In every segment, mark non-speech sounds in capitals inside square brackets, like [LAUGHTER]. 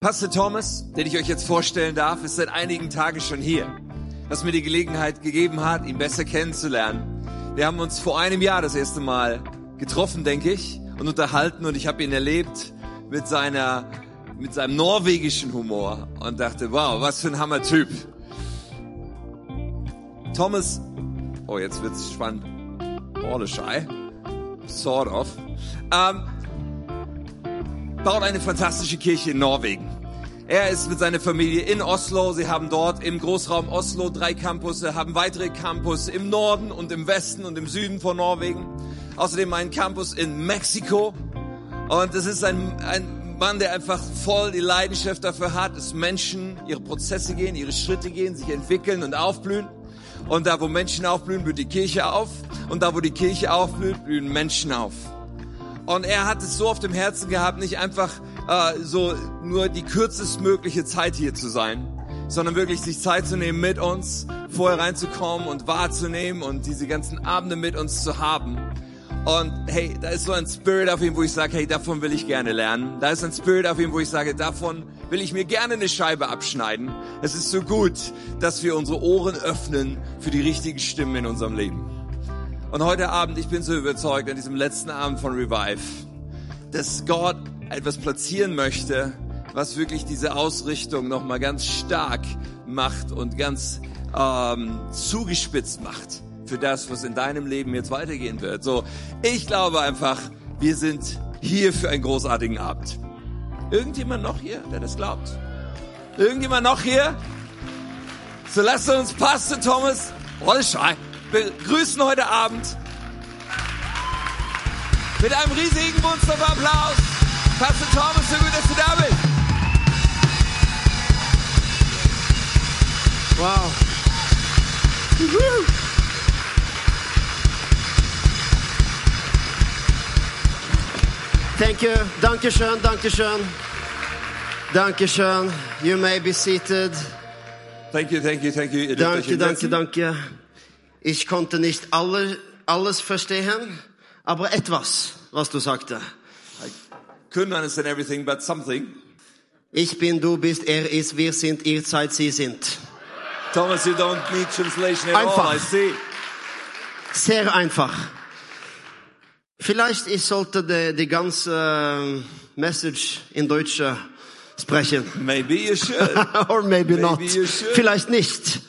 Pastor Thomas, den ich euch jetzt vorstellen darf, ist seit einigen Tagen schon hier, was mir die Gelegenheit gegeben hat, ihn besser kennenzulernen. Wir haben uns vor einem Jahr das erste Mal getroffen, denke ich, und unterhalten und ich habe ihn erlebt mit seiner mit seinem norwegischen Humor und dachte, wow, was für ein Hammertyp. Thomas, oh, jetzt wird's spannend. Ordeshai, sort of. Ähm, baut eine fantastische Kirche in Norwegen. Er ist mit seiner Familie in Oslo. Sie haben dort im Großraum Oslo drei Campusse, haben weitere Campus im Norden und im Westen und im Süden von Norwegen. Außerdem einen Campus in Mexiko. Und es ist ein, ein Mann, der einfach voll die Leidenschaft dafür hat, dass Menschen ihre Prozesse gehen, ihre Schritte gehen, sich entwickeln und aufblühen. Und da, wo Menschen aufblühen, blüht die Kirche auf. Und da, wo die Kirche aufblüht, blühen Menschen auf. Und er hat es so auf dem Herzen gehabt, nicht einfach äh, so nur die kürzestmögliche Zeit hier zu sein, sondern wirklich sich Zeit zu nehmen mit uns, vorher reinzukommen und wahrzunehmen und diese ganzen Abende mit uns zu haben. Und hey, da ist so ein Spirit auf ihm, wo ich sage, hey, davon will ich gerne lernen. Da ist ein Spirit auf ihm, wo ich sage, davon will ich mir gerne eine Scheibe abschneiden. Es ist so gut, dass wir unsere Ohren öffnen für die richtigen Stimmen in unserem Leben. Und heute Abend, ich bin so überzeugt, an diesem letzten Abend von Revive, dass Gott etwas platzieren möchte, was wirklich diese Ausrichtung nochmal ganz stark macht und ganz ähm, zugespitzt macht für das, was in deinem Leben jetzt weitergehen wird. So, ich glaube einfach, wir sind hier für einen großartigen Abend. Irgendjemand noch hier, der das glaubt? Irgendjemand noch hier? So lasst uns Pastor Thomas Rollschrei begrüßen heute Abend mit einem riesigen Munsterapplaus Pastor Thomas, so gut, dass du da bist. Wow. Juhu. Thank you. Dankeschön, Dankeschön. Dankeschön. You may be seated. Thank you, thank you, thank you. Ihr dürft euch Danke, danke, hinsetzen. danke. Ich konnte nicht alle, alles verstehen, aber etwas, was du sagte. Couldn't understand everything, but something. Ich bin, du bist, er ist, wir sind, ihr seid, sie sind. Thomas, you don't need translation at all, Einfach. I see. Sehr einfach. Vielleicht ich sollte die, die ganze äh, Message in Deutsch äh, sprechen. [LAUGHS] Maybe you should. [LAUGHS] or maybe, not. you should. Vielleicht nicht.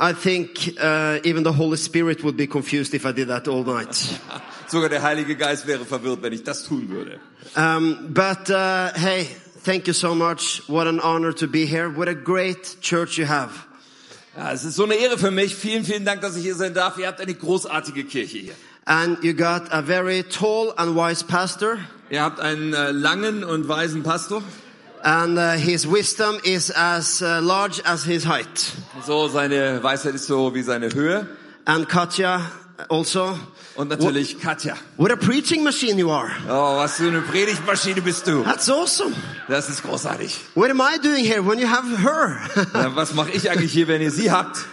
I think uh, even the Holy Spirit would be confused if I did that all night. Sogar der Heilige Geist wäre verwirrt, wenn ich das tun würde. Um, but uh, hey, thank you so much. What an honor to be here. What a great church you have. Ja, es ist so eine Ehre für mich. Vielen, vielen Dank, dass ich hier sein darf. Ihr habt eine großartige Kirche hier. And you got a very tall and wise pastor. Ihr habt einen äh, langen und weisen Pastor. And uh, his wisdom is as uh, large as his height. So, seine Weisheit ist so wie seine Höhe. And Katja also. Und natürlich Katja. What a preaching machine you are. Oh, was für eine Predigtmaschine bist du. That's awesome. Das ist großartig. What am I doing here when you have her? [LAUGHS] Ja, was mache ich eigentlich hier, wenn ihr sie habt?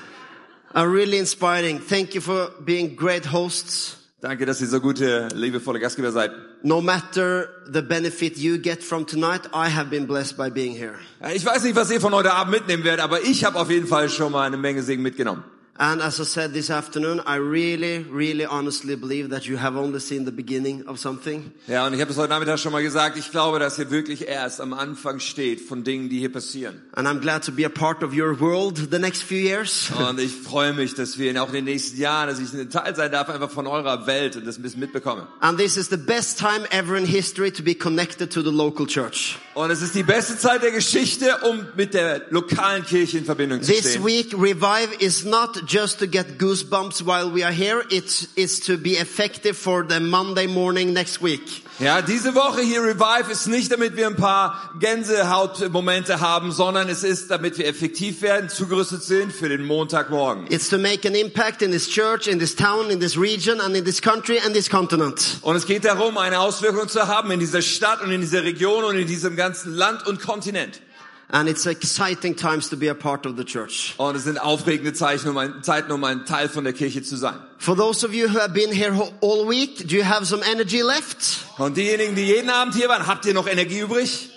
are really inspiring. Thank you for being great hosts. Danke, dass ihr so gute, liebevolle Gastgeber seid. No matter the benefit you get from tonight, I have been blessed by being here. Ja, Ich weiß nicht, was ihr von heute Abend mitnehmen werdet, aber ich habe auf jeden Fall schon mal eine Menge Segen mitgenommen. And as I said this afternoon, I really, really honestly believe that you have only seen the beginning of something. Ja, und ich habe das heute Nachmittag schon mal gesagt. Ich glaube, dass ihr wirklich erst am Anfang steht von Dingen, die hier passieren. And I'm glad to be a part of your world the next few years. Und ich freue mich, dass wir in- auch in den nächsten Jahren, dass ich ein Teil sein darf, einfach von eurer Welt und das ein bisschen mitbekomme. And this is the best time ever in history to be connected to the local church. Und es ist die beste Zeit der Geschichte, um mit der lokalen Kirche in Verbindung zu This stehen. week, Revive is not just to get goosebumps while we are here, it's, it's to be effective for the Monday morning next week. Ja, diese Woche hier Revive ist nicht, damit wir ein paar Gänsehautmomente haben, sondern es ist, damit wir effektiv werden, zugerüstet sind für den Montagmorgen. It's to make an impact in this church, in this town, in this region, and in this country and this continent. Und es geht darum, eine Auswirkung zu haben in dieser Stadt und in dieser Region und in diesem ganzen Land und Kontinent. And it's exciting times to be a part of the church. Und es sind aufregende Zeichen, um ein, Zeiten, um ein Teil von der Kirche zu sein. For those of you who have been here ho- all week, do you have some energy left? Und diejenigen, die jeden Abend hier waren, habt ihr noch Energie übrig?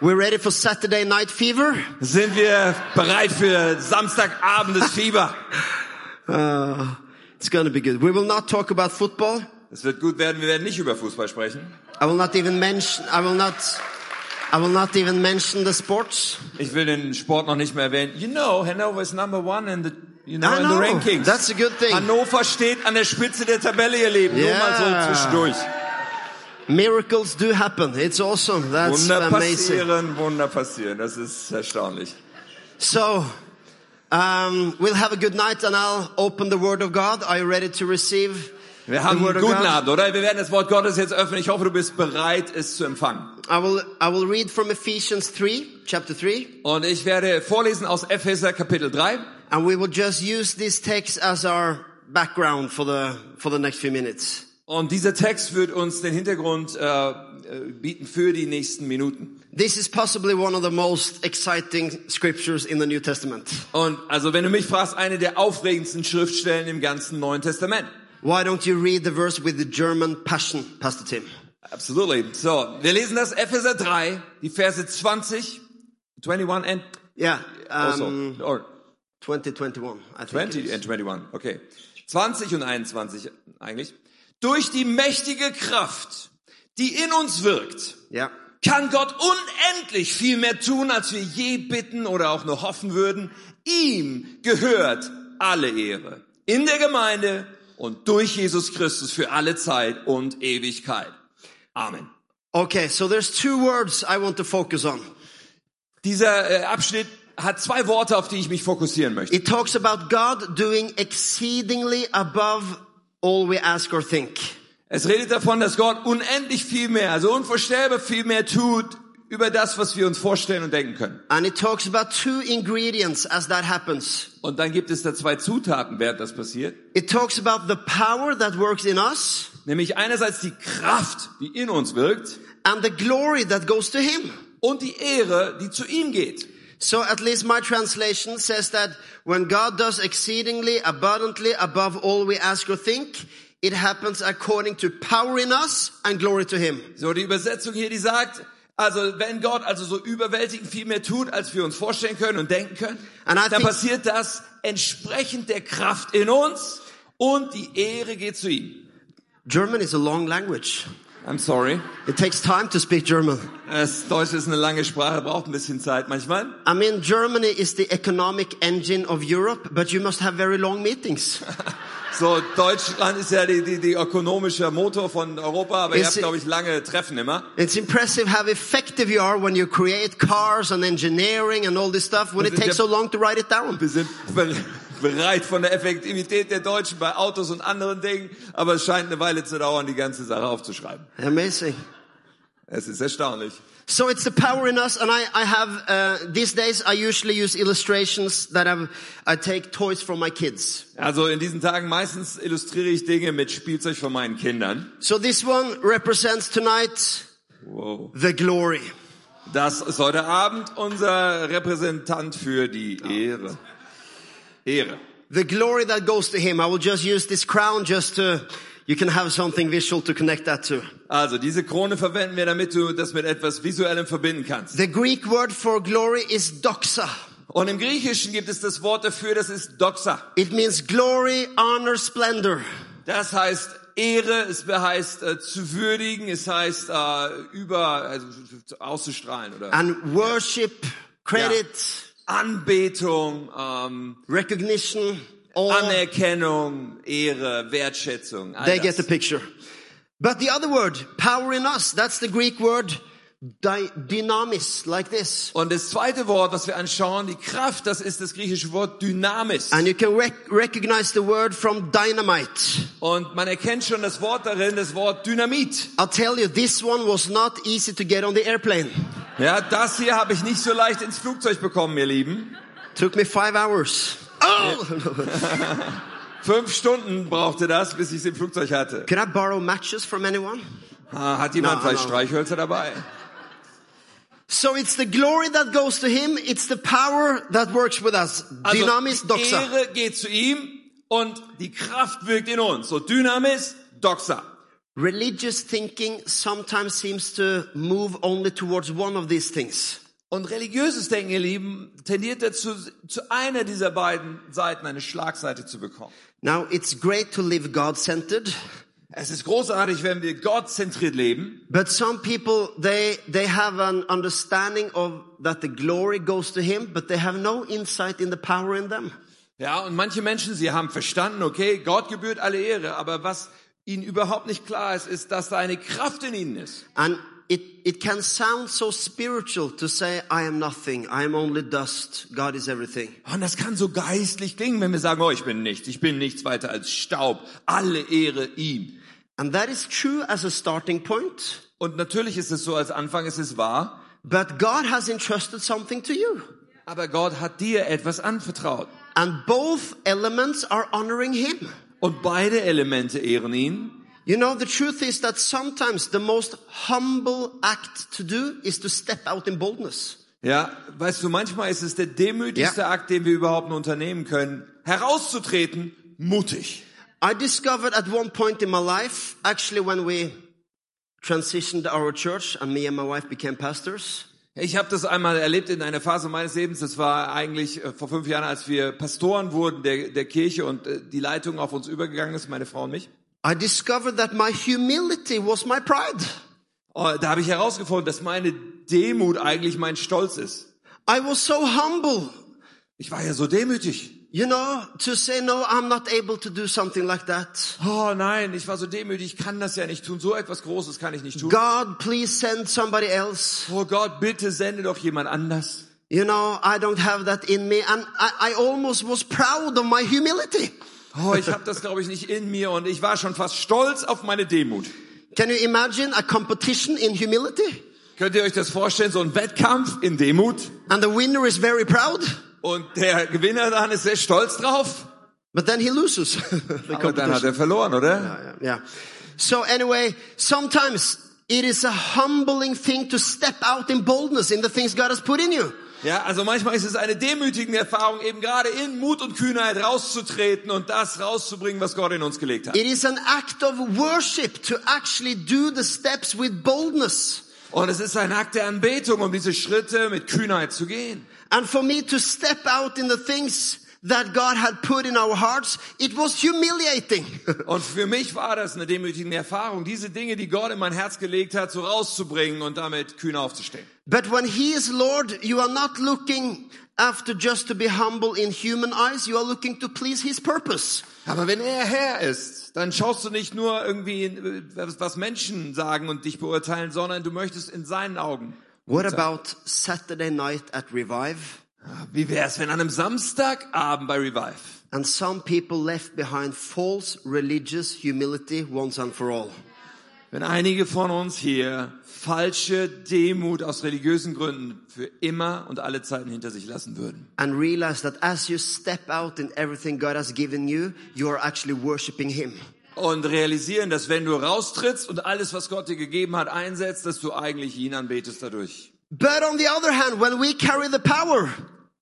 We're ready for Saturday night fever. Sind wir bereit für Samstagabendes Fieber? Uh, it's going to be good. We will not talk about football. Es wird gut werden, wir werden nicht über Fußball sprechen. I will not even mention. I will not. I will not even mention the sports. Ich will den Sport noch nicht mehr erwähnen. You know, Hannover is number one in the, you know, I in know. the rankings. That's a good thing. Hannover steht an der Spitze der Tabelle, ihr Lieben. Nur Yeah. mal so zwischendurch. Miracles do happen. It's awesome. That's Wunder amazing. passieren, Wunder passieren. Das ist erstaunlich. So, um, we'll have a good night, and I'll open the Word of God. Are you ready to receive Wir haben the Word einen of guten God? Abend, oder? Wir werden das Wort Gottes jetzt öffnen. Ich hoffe, du bist bereit, es zu empfangen. I will. I will read from Ephesians three, chapter three, Und ich werde vorlesen aus Epheser Kapitel 3. and we will just use this text as our background for the for the next few minutes. Und dieser Text wird uns den Hintergrund äh, äh, bieten für die nächsten Minuten. This is possibly one of the most exciting scriptures in the New Testament. Und also, wenn du mich fragst, eine der aufregendsten Schriftstellen im ganzen Neuen Testament. Why don't you read the verse with the German passion, Pastor Tim? Absolutely. So, wir lesen das Epheser 3, die Verse 20, 21 and Yeah, also, um, or 2021, I think. it 20 is. and 21, okay. 20 und 21 eigentlich. Durch die mächtige Kraft, die in uns wirkt, Yeah. kann Gott unendlich viel mehr tun, als wir je bitten oder auch nur hoffen würden. Ihm gehört alle Ehre in der Gemeinde und durch Jesus Christus für alle Zeit und Ewigkeit. Amen. Okay, so there's two words I want to focus on. Dieser äh, Abschnitt hat zwei Worte, auf die ich mich fokussieren möchte. It talks about God doing exceedingly above all we ask or think. Es redet davon, dass Gott unendlich viel mehr, also unvorstellbar viel mehr tut über das, was wir uns vorstellen und denken können. And it talks about two ingredients as that happens. Und dann gibt es da zwei Zutaten, während das passiert. It talks about the power that works in us Nämlich einerseits die Kraft, die in uns wirkt and the glory that goes to Him. und die Ehre, die zu ihm geht. So at least my translation says that when God does exceedingly abundantly above all we ask or think, it happens according to power in us and glory to Him. So, die Übersetzung hier, die sagt, also wenn Gott also so überwältigend viel mehr tut, als wir uns vorstellen können und denken können, And I dann think- passiert das entsprechend der Kraft in uns und die Ehre geht zu ihm. German is a long language. I'm sorry. It takes time to speak German. Das Deutsche ist eine lange Sprache, braucht ein bisschen Zeit manchmal. I mean, Germany is the economic engine of Europe, but you must have very long meetings. So, Deutschland ist ja die, die, die ökonomische Motor von Europa, aber ihr Ist habt, sie- glaube ich, lange Treffen immer. It's impressive how effective you are when you create cars and engineering and all this stuff when it Is it takes so Jap- long to write it down. Wir sind be- bereit von der Effektivität der Deutschen bei Autos und anderen Dingen, aber es scheint eine Weile zu dauern, die ganze Sache aufzuschreiben. Amazing. Es ist erstaunlich. So it's the power in us, and I, I have uh, these days. I usually use illustrations that I've, I take toys from my kids. Also in diesen Tagen meistens illustriere ich Dinge mit Spielzeug von meinen Kindern. So this one represents tonight Wow. the glory. Das ist heute Abend unser Repräsentant für die Ehre. Ehre. The glory that goes to him. I will just use this crown just to, you can have something visual to connect that to. Also diese Krone verwenden wir, damit du das mit etwas Visuellem verbinden kannst. The Greek word for glory is doxa. Und im Griechischen gibt es das Wort dafür, das ist Doxa. It means glory, honor, splendor. Das heißt Ehre, es heißt äh, zu würdigen, es heißt äh, über also, auszustrahlen oder And worship, credit, Anbetung, ähm, recognition, all Anerkennung, Ehre, Wertschätzung. All They das. get the picture. But the other word, power in us, that's the Greek word dy- dynamis, like this. Und das zweite Wort, was wir anschauen, die Kraft, das ist das griechische Wort Dynamis. And you can rec- recognize the word from dynamite. Und man erkennt schon das Wort darin, das Wort Dynamit. I'll tell you, this one was not easy to get on the airplane. Ja, das hier habe ich nicht so leicht ins Flugzeug bekommen, ihr Lieben. Took me five hours. Oh! Fünf Stunden brauchte das, bis ich es im Flugzeug hatte. [LAUGHS] can I borrow matches from anyone? Ah, hat jemand Na, vielleicht na. Streichhölzer dabei? So it's the glory that goes to him, it's the power that works with us. Also, dynamis, die doxa. Ehre geht zu ihm und die Kraft wirkt in uns. So Dynamis, Doxa. Religious thinking sometimes seems to move only towards one of these things. Und religiöses Denken, ihr Lieben, tendiert dazu, zu einer dieser beiden Seiten eine Schlagseite zu bekommen. Now, it's great to live God centered, Es ist großartig, wenn wir gottzentriert leben, but some people, they, they have an understanding of that the glory goes to Him, but they have no insight in the power in them. Ja, und manche Menschen, sie haben verstanden, okay, Gott gebührt alle Ehre, aber was ihnen überhaupt nicht klar ist, ist, dass da eine Kraft in ihnen ist. And it, it can sound so spiritual to say, I am nothing, I am only dust, God is everything. Ah, Und das kann so geistlich klingen, wenn wir sagen, oh, ich bin nichts, ich bin nichts weiter als Staub, alle Ehre ihm. And that is true as a starting point, Und natürlich ist es so, als Anfang ist es wahr, but God has entrusted something to you. aber Gott hat dir etwas anvertraut. And both elements are honoring Him. Und beide Elemente ehren ihn. You know, the truth is that sometimes the most humble act to do is to step out in boldness. Ja, weißt du, manchmal ist es der demütigste Ja. Akt, den wir überhaupt nur unternehmen können, herauszutreten, mutig. I discovered at one point in my life, actually when we transitioned our church and me and my wife became pastors, Ich habe das einmal erlebt in einer Phase meines Lebens. Das war eigentlich äh, vor fünf Jahren, als wir Pastoren wurden der, der Kirche und äh, die Leitung auf uns übergegangen ist, meine Frau und mich. I discovered that my humility was my pride. Oh, da habe ich herausgefunden, dass meine Demut eigentlich mein Stolz ist. I was so humble, Ich war ja so demütig. you know, to say, no, I'm not able to do something like that. Oh nein, ich war so demütig, ich kann das ja nicht tun. So etwas Großes kann ich nicht tun. God, please send somebody else. Oh Gott, bitte sende doch jemand anders. You know, I don't have that in me. And I, I almost was proud of my humility. Oh, ich habe das, glaube ich, nicht in mir und ich war schon fast stolz auf meine Demut. Can you imagine a competition in humility? Könnt ihr euch das vorstellen, so ein Wettkampf in Demut? And the winner is very proud, Und der Gewinner dann ist sehr stolz drauf. but then he loses [LAUGHS] the Aber dann hat competition. er verloren, oder? Yeah, yeah. So anyway, sometimes it is a humbling thing to step out in boldness in the things God has put in you. Ja, also manchmal ist es eine demütigende Erfahrung, eben gerade in Mut und Kühnheit rauszutreten und das rauszubringen, was Gott in uns gelegt hat. It is an act of worship to actually do the steps with boldness. Und es ist ein Akt der Anbetung, um diese Schritte mit Kühnheit zu gehen. And for me to step out in the things that God had put in our hearts, it was humiliating. [LAUGHS] Und für mich war das eine demütigende Erfahrung, diese Dinge, die Gott in mein Herz gelegt hat, so rauszubringen und damit kühn aufzustehen. but when He is Lord, you are not looking after just to be humble in human eyes, you are looking to please His purpose. Aber wenn er Herr ist, dann schaust du nicht nur irgendwie, äh, was was Menschen sagen und dich beurteilen, sondern du möchtest in seinen Augen. What about Saturday night at Revive? Wie wär's, wenn an einem Samstagabend bei Revive And some people left behind false religious humility once and for all. Wenn einige von uns hier falsche Demut aus religiösen Gründen für immer und alle Zeiten hinter sich lassen würden. And realize that as you step out in everything God has given you, you are actually worshiping Him. Und realisieren, dass wenn du raustrittst und alles, was Gott dir gegeben hat, einsetzt, dass du eigentlich ihn anbetest dadurch. But on the other hand, when we carry the power,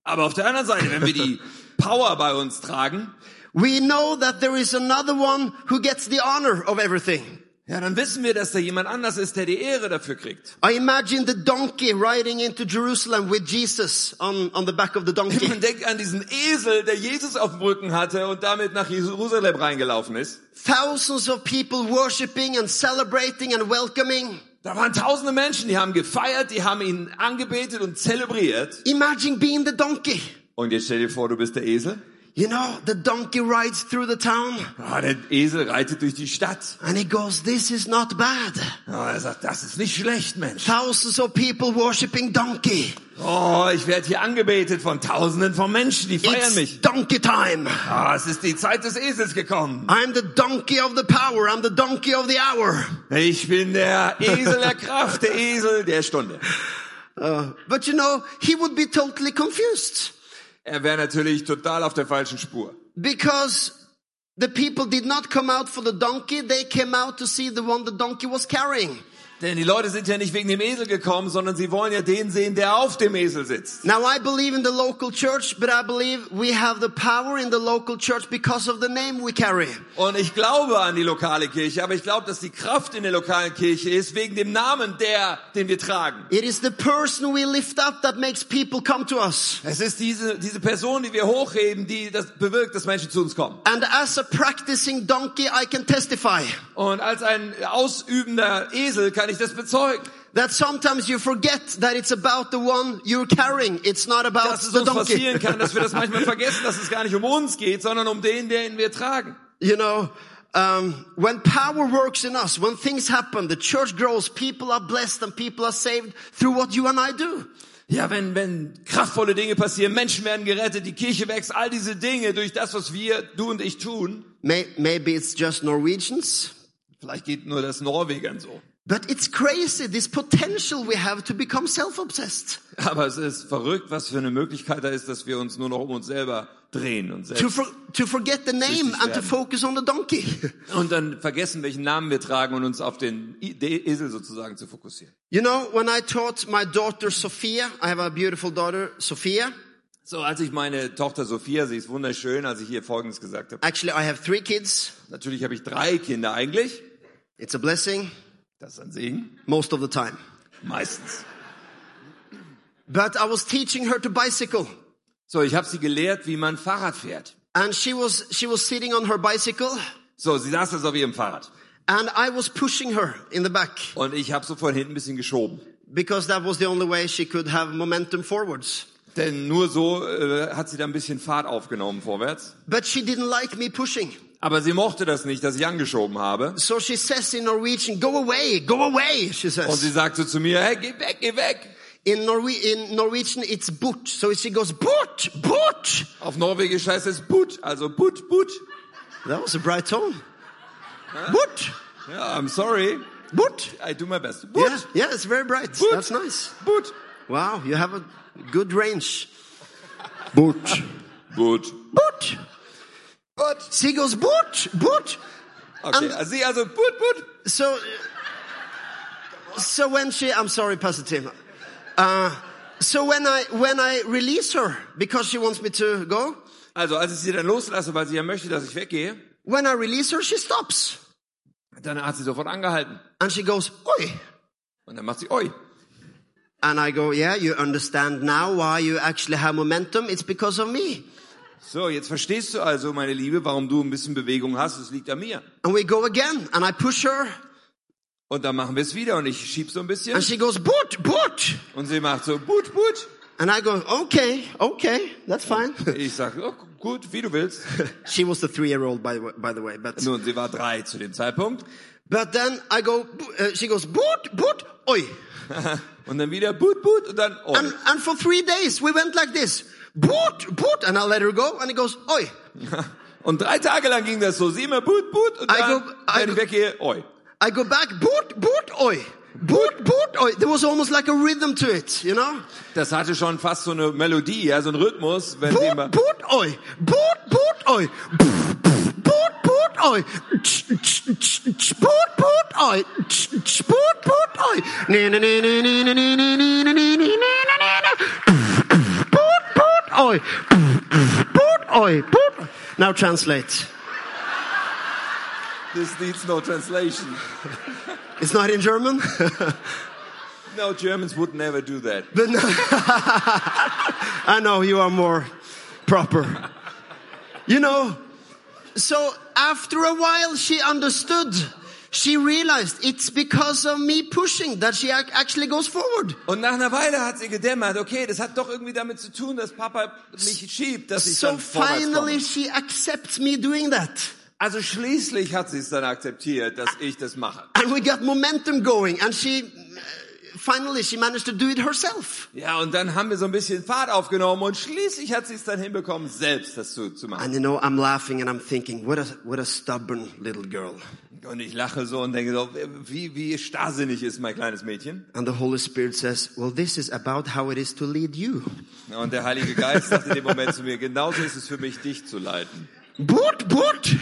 Aber auf der anderen Seite, wenn wir die Power bei uns tragen, we know that there is another one who gets the honor of everything. ja, dann wissen wir, dass da jemand anders ist, der die Ehre dafür kriegt. I imagine the donkey riding into Jerusalem with Jesus on, on the back of the donkey. [LAUGHS] Man denkt an diesen Esel, der Jesus auf dem Rücken hatte und damit nach Jerusalem reingelaufen ist. Thousands of people worshiping and celebrating and welcoming. Da waren tausende Menschen, die haben gefeiert, die haben ihn angebetet und zelebriert. Imagine being the donkey. Und jetzt stell dir vor, du bist der Esel. You know, the donkey rides through the town Ah, der Esel reitet durch die Stadt. and he goes, this is not bad. Ah, er sagt, das ist nicht schlecht, Mensch. Thousands of people worshiping donkey. Oh, ich werde hier angebetet von tausenden von Menschen, die feiern It's mich. donkey time. Ah, es ist die Zeit des Esels gekommen. I'm the donkey of the power. I'm the donkey of the hour. Ich bin der Esel der Kraft, der Esel der Stunde. Uh, but you know, he would be totally confused Er wäre natürlich total auf der falschen Spur. because the people did not come out for the donkey. They came out to see the one the donkey was carrying. Denn die Leute sind ja nicht wegen dem Esel gekommen, sondern sie wollen ja den sehen, der auf dem Esel sitzt. Now I believe in the local church, but I believe we have the power in the local church because of the name we carry. Und ich glaube an die lokale Kirche, aber ich glaube, dass die Kraft in der lokalen Kirche ist wegen dem Namen der, den wir tragen. It is the person we lift up that makes people come to us. Es ist diese, diese Person, die wir hochheben, die das bewirkt, dass Menschen zu uns kommen. And as a practicing donkey, I can testify Und als ein ausübender Esel kann ich das bezeugen, that sometimes you forget that it's about the one you're carrying. It's not about dass es the uns donkey. passieren kann, dass wir das manchmal vergessen, dass es gar nicht um uns geht, sondern um den, den wir tragen. You know, um, when power works in us, when things happen, the church grows, people are blessed and people are saved through what you and I do. Ja, wenn, wenn kraftvolle Dinge passieren, Menschen werden gerettet, die Kirche wächst, all diese Dinge durch das, was wir, du und ich tun. May, maybe it's just Norwegians, Vielleicht geht nur das Norwegern so. but it's crazy this potential we have to become self-obsessed, Aber es ist verrückt, was für eine Möglichkeit da ist, dass wir uns nur noch um uns selber drehen und to, selbst. for, to forget the name Richtig and to werden. focus on the donkey. Und dann vergessen, welchen Namen wir tragen und uns auf den I- De- Esel sozusagen zu fokussieren. You know, when I taught my daughter Sophia, I have a beautiful daughter, Sophia. So, als ich meine Tochter Sophia, sie ist wunderschön, als ich ihr Folgendes gesagt habe. Actually, I have three kids. Natürlich habe ich drei Kinder eigentlich. It's a blessing Das ist ein Segen. most of the time. Meistens. But I was teaching her to bicycle. So, ich habe sie gelehrt, wie man Fahrrad fährt. And she was, she was sitting on her bicycle So, sie saß also auf ihrem Fahrrad. and I was pushing her in the back Und ich habe so von hinten ein bisschen geschoben. because that was the only way she could have momentum forwards. Denn nur so äh, hat sie da ein bisschen Fahrt aufgenommen vorwärts. But she didn't like me pushing. Aber sie mochte das nicht, dass ich angeschoben habe. So she says in Norwegian, go away, go away, she Und sie says. sagte zu mir, hey, geh weg, geh weg. In, Norwe- in Norwegian, it's bort. So she goes, bort, bort. Auf Norwegisch heißt es Butt, also Butt, Butt. That was a bright tone. Bort, Ja, I'm sorry. bort. I do my best. Butt, Yeah, yeah, it's very bright. Bort. That's nice. Butt. Wow, you have a good range. Bort, Butt. bort. Butt. She goes, bort, bort. Okay, also sie also Butt, Butt. So, so when she, I'm sorry, Pastor Tim. Uh, so when I when I release her because she wants me to go, Also als ich sie dann loslasse, weil sie ja möchte, dass ich weggehe, when I release her, she stops dann hat sie sofort angehalten. and she goes, "Oi," Und dann macht sie, oi. and I go, "Yeah, you understand now why you actually have momentum. It's because of me." So, jetzt verstehst du also, meine Liebe, warum du ein bisschen Bewegung hast. Es liegt an mir. And we go again, and I push her, Und dann machen wir es wieder und ich schieb so ein bisschen and she goes, "Boot, boot," und sie macht so Butt, Butt. and I go, "Okay, okay, that's fine." [LAUGHS] Ich sag, oh, gut, wie du willst. [LAUGHS] she was the three-year-old, by the way, by the way, but Nun, sie war drei zu dem Zeitpunkt. but then I go, "Bo- uh, she goes, "Boot, boot, oi." Und dann wieder Boot, Boot und dann Oi. And, and for three days we went like this. Boot, boot, and I let her go, and it goes, oi. [LAUGHS] Und drei Tage lang ging das so. Sie immer Boot, Boot und I dann, go- I wenn ich go- weggehe, Oi. I go back, boot, boot, oi. Boot, boot, oi. There was almost like a rhythm to it, you know? Das hatte schon fast so eine Melodie, ja, so einen Rhythmus, wenn sie immer... Boot, boot, oi. Boot, boot, oi. Pff, pff, Boot, boot, oi. Tch, tch, tch, tch. Boot, boot, oi. Tch, tch, Boot, boot, oi. Ni, ni, ni, ni, ni, ni, ni, ni, ni, ni, ni, ni, ni, ni, ni, ni. Pff, pff, Boot, boot, oi. Pff, pff, Boot, oi. Boot. Now translate. This needs no translation. It's not in German. [LAUGHS] No, Germans would never do that. But no, [LAUGHS] I know you are more proper. You know, so after a while she understood. She realized it's because of me pushing that she ac- actually goes forward. Und nach einer Weile hat sie gedämmert, okay, das hat doch irgendwie damit zu tun, dass Papa mich schiebt, dass ich So dann vorwärts finally komme. she accepts me doing that. Also schließlich hat sie es dann akzeptiert, dass ich das mache. And we got momentum going and she uh, finally she managed to do it herself. Ja, und dann haben wir so ein bisschen Fahrt aufgenommen und schließlich hat sie es dann hinbekommen, selbst das zu, zu machen. And you know, I'm laughing and I'm thinking, what a, what a stubborn little girl. Und ich lache so und denke so, wie, wie starrsinnig ist mein kleines Mädchen. And the Holy Spirit says, well, this is about how it is to lead you. Und der Heilige Geist sagt in dem Moment zu mir, genauso ist es für mich, dich zu leiten. Boot, boot.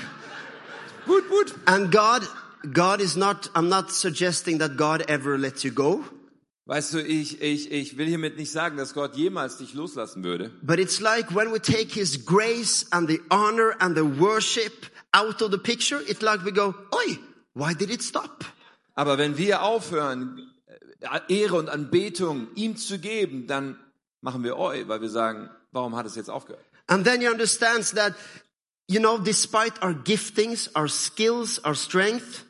Gut, gut. And God God is not, I'm not suggesting that God ever lets you go, Weißt du, ich, ich, ich will hiermit nicht sagen, dass Gott jemals dich loslassen würde. but it's like when we take His grace and the honor and the worship out of the picture, it's like we go, oi, why did it stop? Aber wenn wir aufhören, äh, Ehre und Anbetung ihm zu geben, dann machen wir Oi, weil wir sagen, warum hat es jetzt aufgehört? And then you understand that, you know, despite our giftings, our skills, our strength,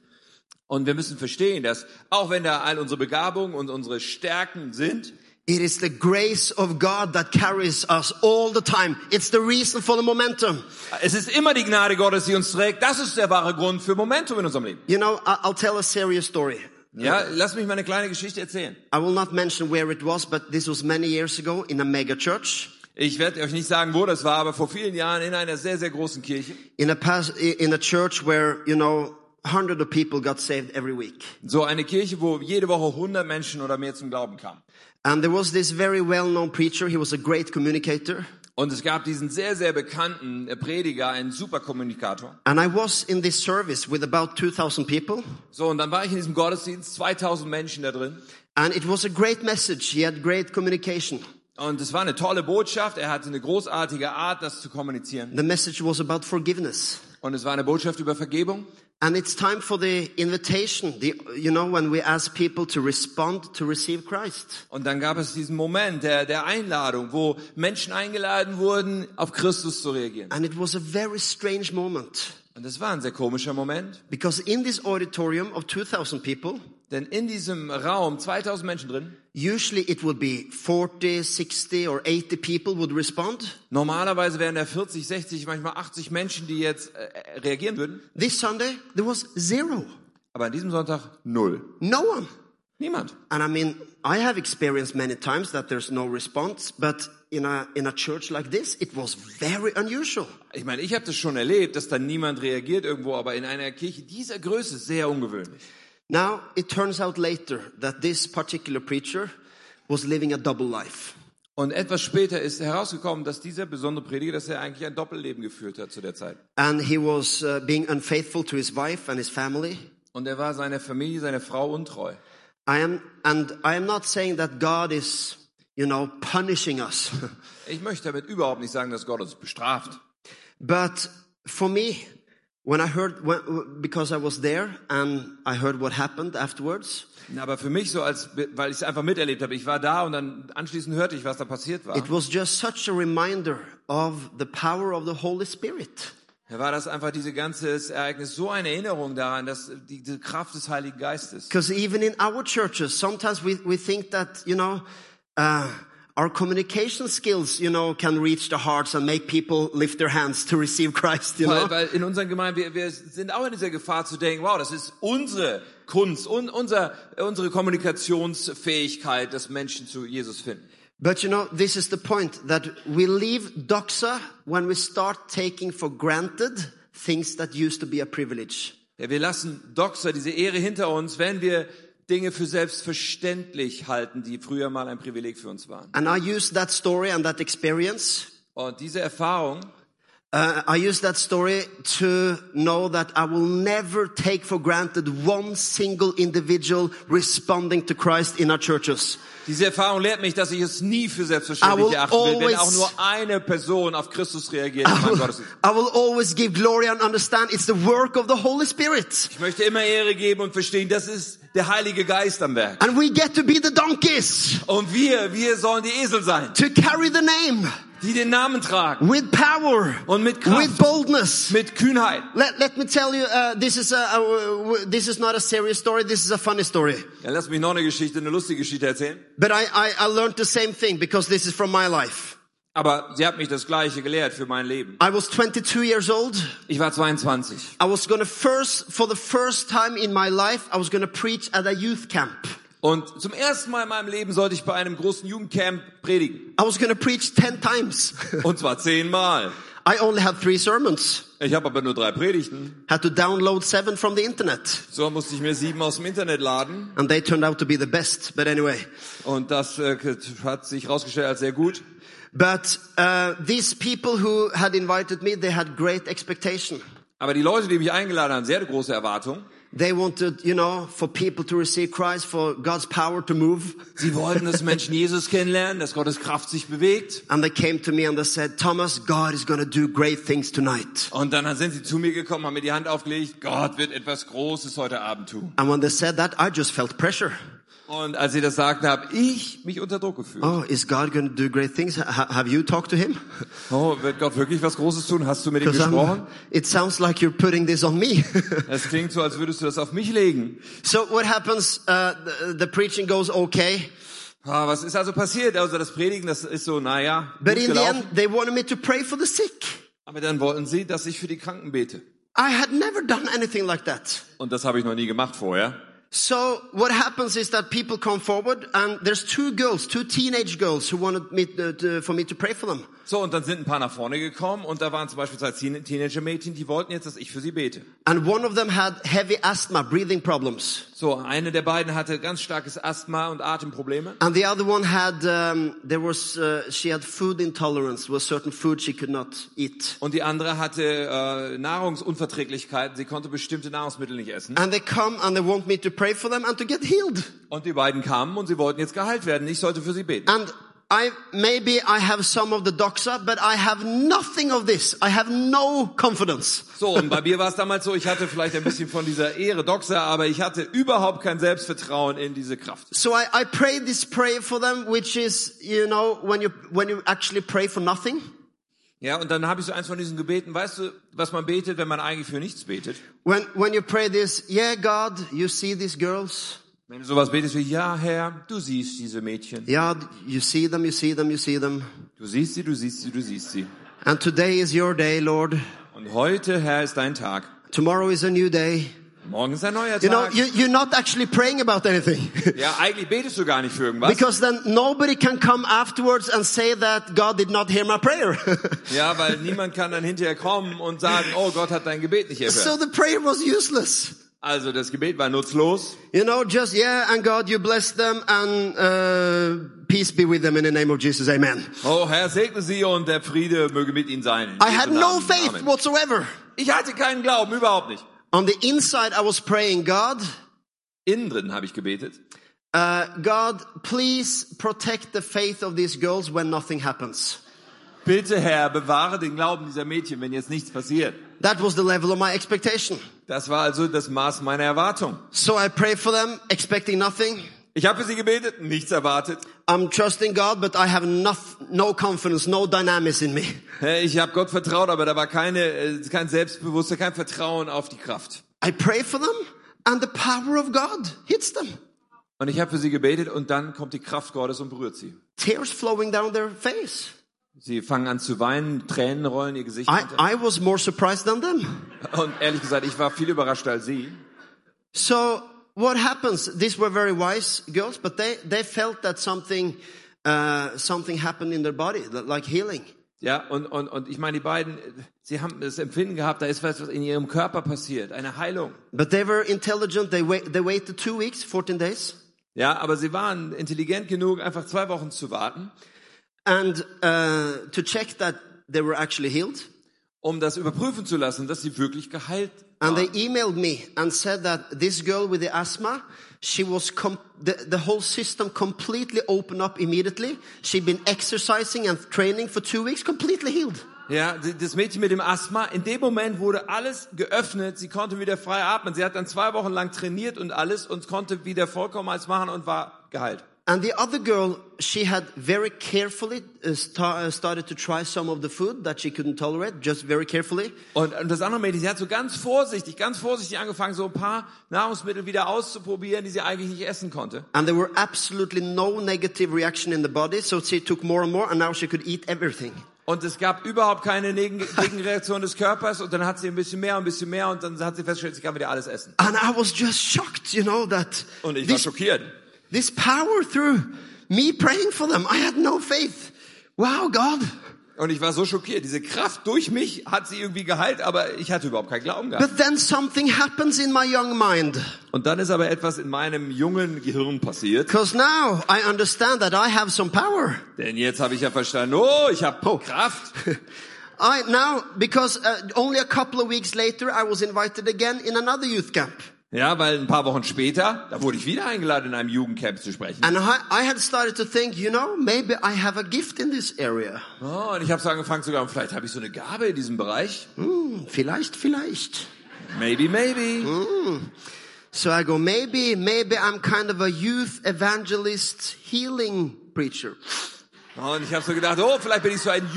Und wir müssen verstehen, dass auch wenn da all unsere Begabungen und unsere Stärken sind, it is the grace of God that carries us all the time. It's the reason for the momentum. es ist immer die Gnade Gottes, die uns trägt. Das ist der wahre Grund für Momentum in unserem Leben. You know, I- I'll tell a serious story. Ja, lass mich mal eine kleine Geschichte erzählen. I will not mention where it was, but this was many years ago in a mega church. Ich werde euch nicht sagen, wo das war, aber vor vielen Jahren in einer sehr, sehr großen Kirche. in a pas- in a church where you know hundreds of people got saved every week So eine Kirche, wo jede Woche 100 Menschen oder mehr zum Glauben kamen. and there was this very well-known preacher he was a great communicator Und es gab diesen sehr, sehr bekannten äh, Prediger, einen Superkommunikator. and i was in this service with about 2000 people So, und dann war ich in diesem Gottesdienst, 2000 Menschen da drin. and it was a great message he had great communication Und es war eine tolle Botschaft. Er hatte eine großartige Art, das zu kommunizieren. the message was about forgiveness Und es war eine Botschaft über Vergebung. and it's time for the invitation the you know when we ask people to respond to receive christ Und dann gab es diesen Moment der, der Einladung, wo Menschen eingeladen wurden, auf Christus zu reagieren. and it was a very strange moment Und das war ein sehr komischer Moment. because in this auditorium of 2000 people Denn in diesem Raum, 2000 Menschen drin, Usually it would be 40, 60 or 80 people would respond. normalerweise wären da 40, 60, manchmal 80 Menschen, die jetzt äh, reagieren würden. This Sunday there was zero. Aber an diesem Sonntag null. No one. Niemand. And I mean, I have experienced many times that there's no response, but in a, in a church like this, it was very unusual. Ich meine, ich habe das schon erlebt, dass dann niemand reagiert irgendwo, aber in einer Kirche dieser Größe sehr ungewöhnlich. Now, it turns out later that this particular preacher was living a double life. Und etwas später ist herausgekommen, dass dieser besondere Prediger, dass er eigentlich ein Doppelleben geführt hat zu der Zeit. And he was uh, being unfaithful to his wife and his family. Und er war seiner Familie, seiner Frau untreu. I am, and I am not saying that God is, you know, punishing us. [LAUGHS] Ich möchte damit überhaupt nicht sagen, dass Gott uns bestraft. But for me, when I heard, when, because I was there and I heard what happened afterwards, Aber für mich so, als weil ich es einfach miterlebt habe, ich war da und dann anschließend hörte ich, was da passiert war. it was just such a reminder of the power of the Holy Spirit. Da war das einfach diese ganze Ereignis so eine Erinnerung daran, dass die, die Kraft des Heiligen Geistes. Because even in our churches, sometimes we, we think that, you know, uh, our communication skills, you know, can reach the hearts and make people lift their hands to receive Christ, you Weil, know. weil in unseren Gemeinden, wir, wir sind auch in dieser Gefahr zu denken, wow, das ist unsere Kunst und unser, unsere Kommunikationsfähigkeit, dass Menschen zu Jesus finden. But you know, this is the point that we leave doxa when we start taking for granted things that used to be a privilege. Ja, wir lassen Doxer diese Ehre hinter uns, wenn wir Dinge für selbstverständlich halten, die früher mal ein Privileg für uns waren. And I used that story and that experience. Und diese Erfahrung, Uh, I used that story to know that I will never take for granted one single individual responding to Christ in our churches. diese Erfahrung lehrt mich, dass ich es nie für I will selbstverständlich erachten will, wenn always- auch nur eine Person auf Christus reagiert in meinem Gottesdienst. I will always give glory and understand it's the work of the Holy Spirit. Ich möchte immer Ehre geben und verstehen, das ist der Heilige Geist am Werk. And we get to be the donkeys Und wir, wir sollen die Esel sein, to carry the name die den Namen tragen. with power, Und mit Kraft. with boldness. Mit Kühnheit. Let, let me tell you, uh, this is a, a, this is not a serious story. This is a funny story. Ja, lass mich noch eine Geschichte, eine lustige Geschichte erzählen. But I, I, I learned the same thing because this is from my life. Aber sie hat mich das Gleiche gelehrt für mein Leben. I was 22 years old. Ich war 22. I was going to first, for the first time in my life, I was going to preach at a youth camp. Und zum ersten Mal in meinem Leben sollte ich bei einem großen Jugendcamp predigen. I was going to preach 10 times. [LAUGHS] Und zwar zehnmal. I only had three sermons. Ich habe aber nur drei Predigten. Had to download seven from the internet. So musste ich mir sieben aus dem Internet laden. And they turned out to be the best. But anyway. Und das äh, hat sich herausgestellt als sehr gut. But, uh, these people who had invited me, they had great expectation. Aber die Leute, die mich eingeladen haben, sehr große Erwartungen. They wanted, you know, for people to receive Christ, for God's power to move. Sie wollten, dass Menschen Jesus kennenlernen, dass Gottes Kraft sich bewegt. And they came to me and they said, Thomas, God is going to do great things tonight. Und dann sind sie zu mir gekommen, haben mir die Hand aufgelegt. Gott wird etwas Großes heute Abend tun. And when they said that, I just felt pressure. Und als sie das sagten, habe ich mich unter Druck gefühlt. Oh, is God going to do great things? Ha- have you talked to him? Oh, wird Gott wirklich was Großes tun? Hast du mit ihm 'Cause I'm- gesprochen? it sounds like you're putting this on me. [LAUGHS] Es klingt so, als würdest du das auf mich legen. so what happens? Uh, the, the preaching goes okay. Ah, was ist also passiert? Also das Predigen, das ist so, naja, gut But in the gelaufen. end, they wanted me to pray for the sick. Aber dann wollten sie, dass ich für die Kranken bete. I had never done anything like that. Und das habe ich noch nie gemacht vorher. So what happens is that people come forward and there's two girls, two teenage girls who wanted me to, to- for me to pray for them. So, und dann sind ein paar nach vorne gekommen und da waren zum Beispiel zwei Teen- Teenager-Mädchen, die wollten jetzt, dass ich für sie bete. And one of them had heavy asthma, breathing problems. So, eine der beiden hatte ganz starkes Asthma und Atemprobleme. And the other one had, um, there was, uh, she had food intolerance. There was certain food she could not eat. Und die andere hatte äh, Nahrungsunverträglichkeiten, sie konnte bestimmte Nahrungsmittel nicht essen. And they come and they want me to pray for them and to get healed. Und die beiden kamen und sie wollten jetzt geheilt werden. Ich sollte für sie beten. And I, maybe I have some of the doxa, but I have nothing of this. I have no confidence. So, und bei mir war es damals so, ich hatte vielleicht ein bisschen von dieser Ehre Doxa, aber ich hatte überhaupt kein Selbstvertrauen in diese Kraft. So I, I pray this prayer for them, which is, you know, when you, when you actually pray for nothing. Ja, und dann habe ich so eins von diesen Gebeten, weißt du, was man betet, wenn man eigentlich für nichts betet? When, when you pray this, yeah, God, you see these girls. Wenn du sowas betest wie, ja Herr, du siehst diese Mädchen. Yeah, you see them, you see them, you see them. Du siehst sie, du siehst sie, du siehst sie. And today is your day, Lord. Und heute, Herr, ist dein Tag. Tomorrow is a new day. Morgen ist ein neuer You know, Tag. you, you're not actually praying about anything. [LAUGHS] Ja, eigentlich betest du gar nicht für irgendwas. Because then nobody can come afterwards and say that God did not hear my prayer. [LAUGHS] Ja, weil niemand kann dann hinterher kommen und sagen, oh Gott hat dein Gebet nicht so erhört. the prayer was useless. Also das Gebet war nutzlos. You know, just, yeah, and God, you bless them and, uh, peace be with them in the name of Jesus. Amen. Oh Herr, segne sie und der Friede möge mit ihnen sein. In I had Jesu no Namen. faith Amen. whatsoever. Ich hatte keinen Glauben, überhaupt nicht. On the inside, I was praying, God, Innen drin habe ich gebetet. uh, God, please protect the faith of these girls when nothing happens. Bitte Herr, bewahre den Glauben dieser Mädchen, wenn jetzt nichts passiert. That was the level of my expectation. Das war also das Maß meiner Erwartung. So I pray for them, expecting nothing. Ich habe für sie gebetet, nichts erwartet. I'm trusting God, but I have noth- no confidence, no dynamics in me. Äh, Ich habe Gott vertraut, aber da war keine, äh, kein Selbstbewusstsein, kein Vertrauen auf die Kraft. I pray for them, and the power of God hits them. Und ich habe für sie gebetet und dann kommt die Kraft Gottes und berührt sie. Tears flowing down their face. Sie fangen an zu weinen, Tränen rollen ihr Gesicht I, runter. I was more surprised than them. Und ehrlich gesagt, ich war viel überraschter als sie. So what happens? These were very wise girls, but they, they felt that something, uh, something happened in their body, that- like healing. Ja, und, und, und ich meine, die beiden, äh, sie haben das Empfinden gehabt, da ist was, was in ihrem Körper passiert, eine Heilung. But they were intelligent. They, wait, they waited two weeks, 14 days. Ja, aber sie waren intelligent genug, einfach zwei Wochen zu warten, And uh, to check that they were actually healed. um das überprüfen zu lassen, dass sie wirklich geheilt And they waren. emailed me and said that this girl with the asthma, she was com- the, the whole system completely opened up immediately. She'd been exercising and training for two weeks, completely healed. Ja, die- das Mädchen mit dem Asthma, in dem Moment wurde alles geöffnet, sie konnte wieder frei atmen. Sie hat dann zwei Wochen lang trainiert und alles und konnte wieder vollkommen alles machen und war geheilt. And the other girl, she had very carefully uh, sta- uh, started to try some of the food that she couldn't tolerate, just very carefully. Und, und das andere Mädchen, sie hat so ganz vorsichtig, ganz vorsichtig angefangen, so ein paar Nahrungsmittel wieder auszuprobieren, die sie eigentlich nicht essen konnte. And there were absolutely no negative reaction in the body, so she took more and more, and now she could eat everything. Und es gab überhaupt keine [LAUGHS] Neg- Gegenreaktion des Körpers und dann hat sie ein bisschen mehr, ein bisschen mehr und dann hat sie festgestellt, sie kann wieder alles essen. And I was just shocked, you know, that Und ich war this schockiert. this power through me praying for them. I had no faith. Wow, God. Und ich war so schockiert. Diese Kraft durch mich hat sie irgendwie geheilt, aber ich hatte überhaupt keinen Glauben gehabt. But then something happens in my young mind. Und dann ist aber etwas in meinem jungen Gehirn passiert. Because now I understand that I have some power. Denn jetzt habe ich ja verstanden, oh, ich habe [LAUGHS] Kraft. I now, because uh, only a couple of weeks later, I was invited again in another youth camp. Ja, weil ein paar Wochen später, da wurde ich wieder eingeladen, in einem Jugendcamp zu sprechen. And I, I had started to think, you know, maybe I have a gift in this area. Oh, und ich habe so angefangen zu glauben, vielleicht habe ich so eine Gabe in diesem Bereich. Hmm, vielleicht, vielleicht. Maybe, maybe. So I go, maybe, maybe I'm kind of a youth evangelist healing preacher. Und ich habe so gedacht, oh, vielleicht bin ich so ein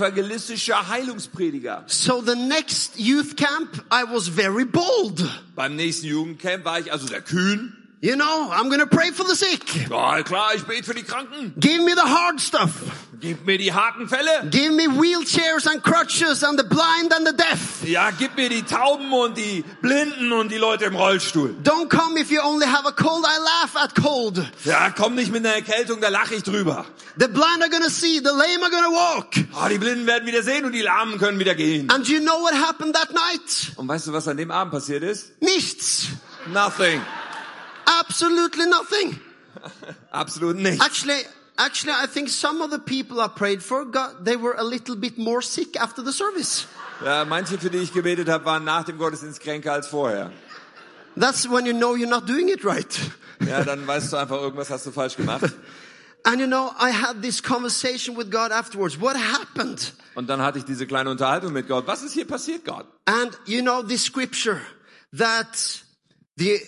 jugendevangelistischer Heilungsprediger. So the next youth camp, I was very bold. Beim nächsten Jugendcamp war ich also sehr kühn. You know, I'm gonna pray for the sick. Ja, klar, ich bete für die Kranken. Give me the hard stuff. Gib mir die harten Fälle. Give me wheelchairs and crutches and the blind and the deaf. Ja, gib mir die Tauben und die Blinden und die Leute im Rollstuhl. Don't come if you only have a cold. I laugh at cold. Ja, komm nicht mit einer Erkältung, da lache ich drüber. The blind are gonna see. The lame are gonna walk. Ah, die Blinden werden wieder sehen und die Lahmen können wieder gehen. And you know what happened that night? Und weißt du, was an dem Abend passiert ist? Nichts. Nothing. Absolutely nothing. Absolut nichts. Actually, actually, I think some of the people I prayed for got they were a little bit more sick after the service. Ja, manche, für die ich gebetet habe, waren nach dem Gottesdienst kränker als vorher. That's when you know you're not doing it right. Ja, dann weißt du einfach, irgendwas hast du falsch gemacht. And you know, I had this conversation with God afterwards. What happened? Und dann hatte ich diese kleine Unterhaltung mit Gott. Was ist hier passiert, Gott? And you know this scripture that the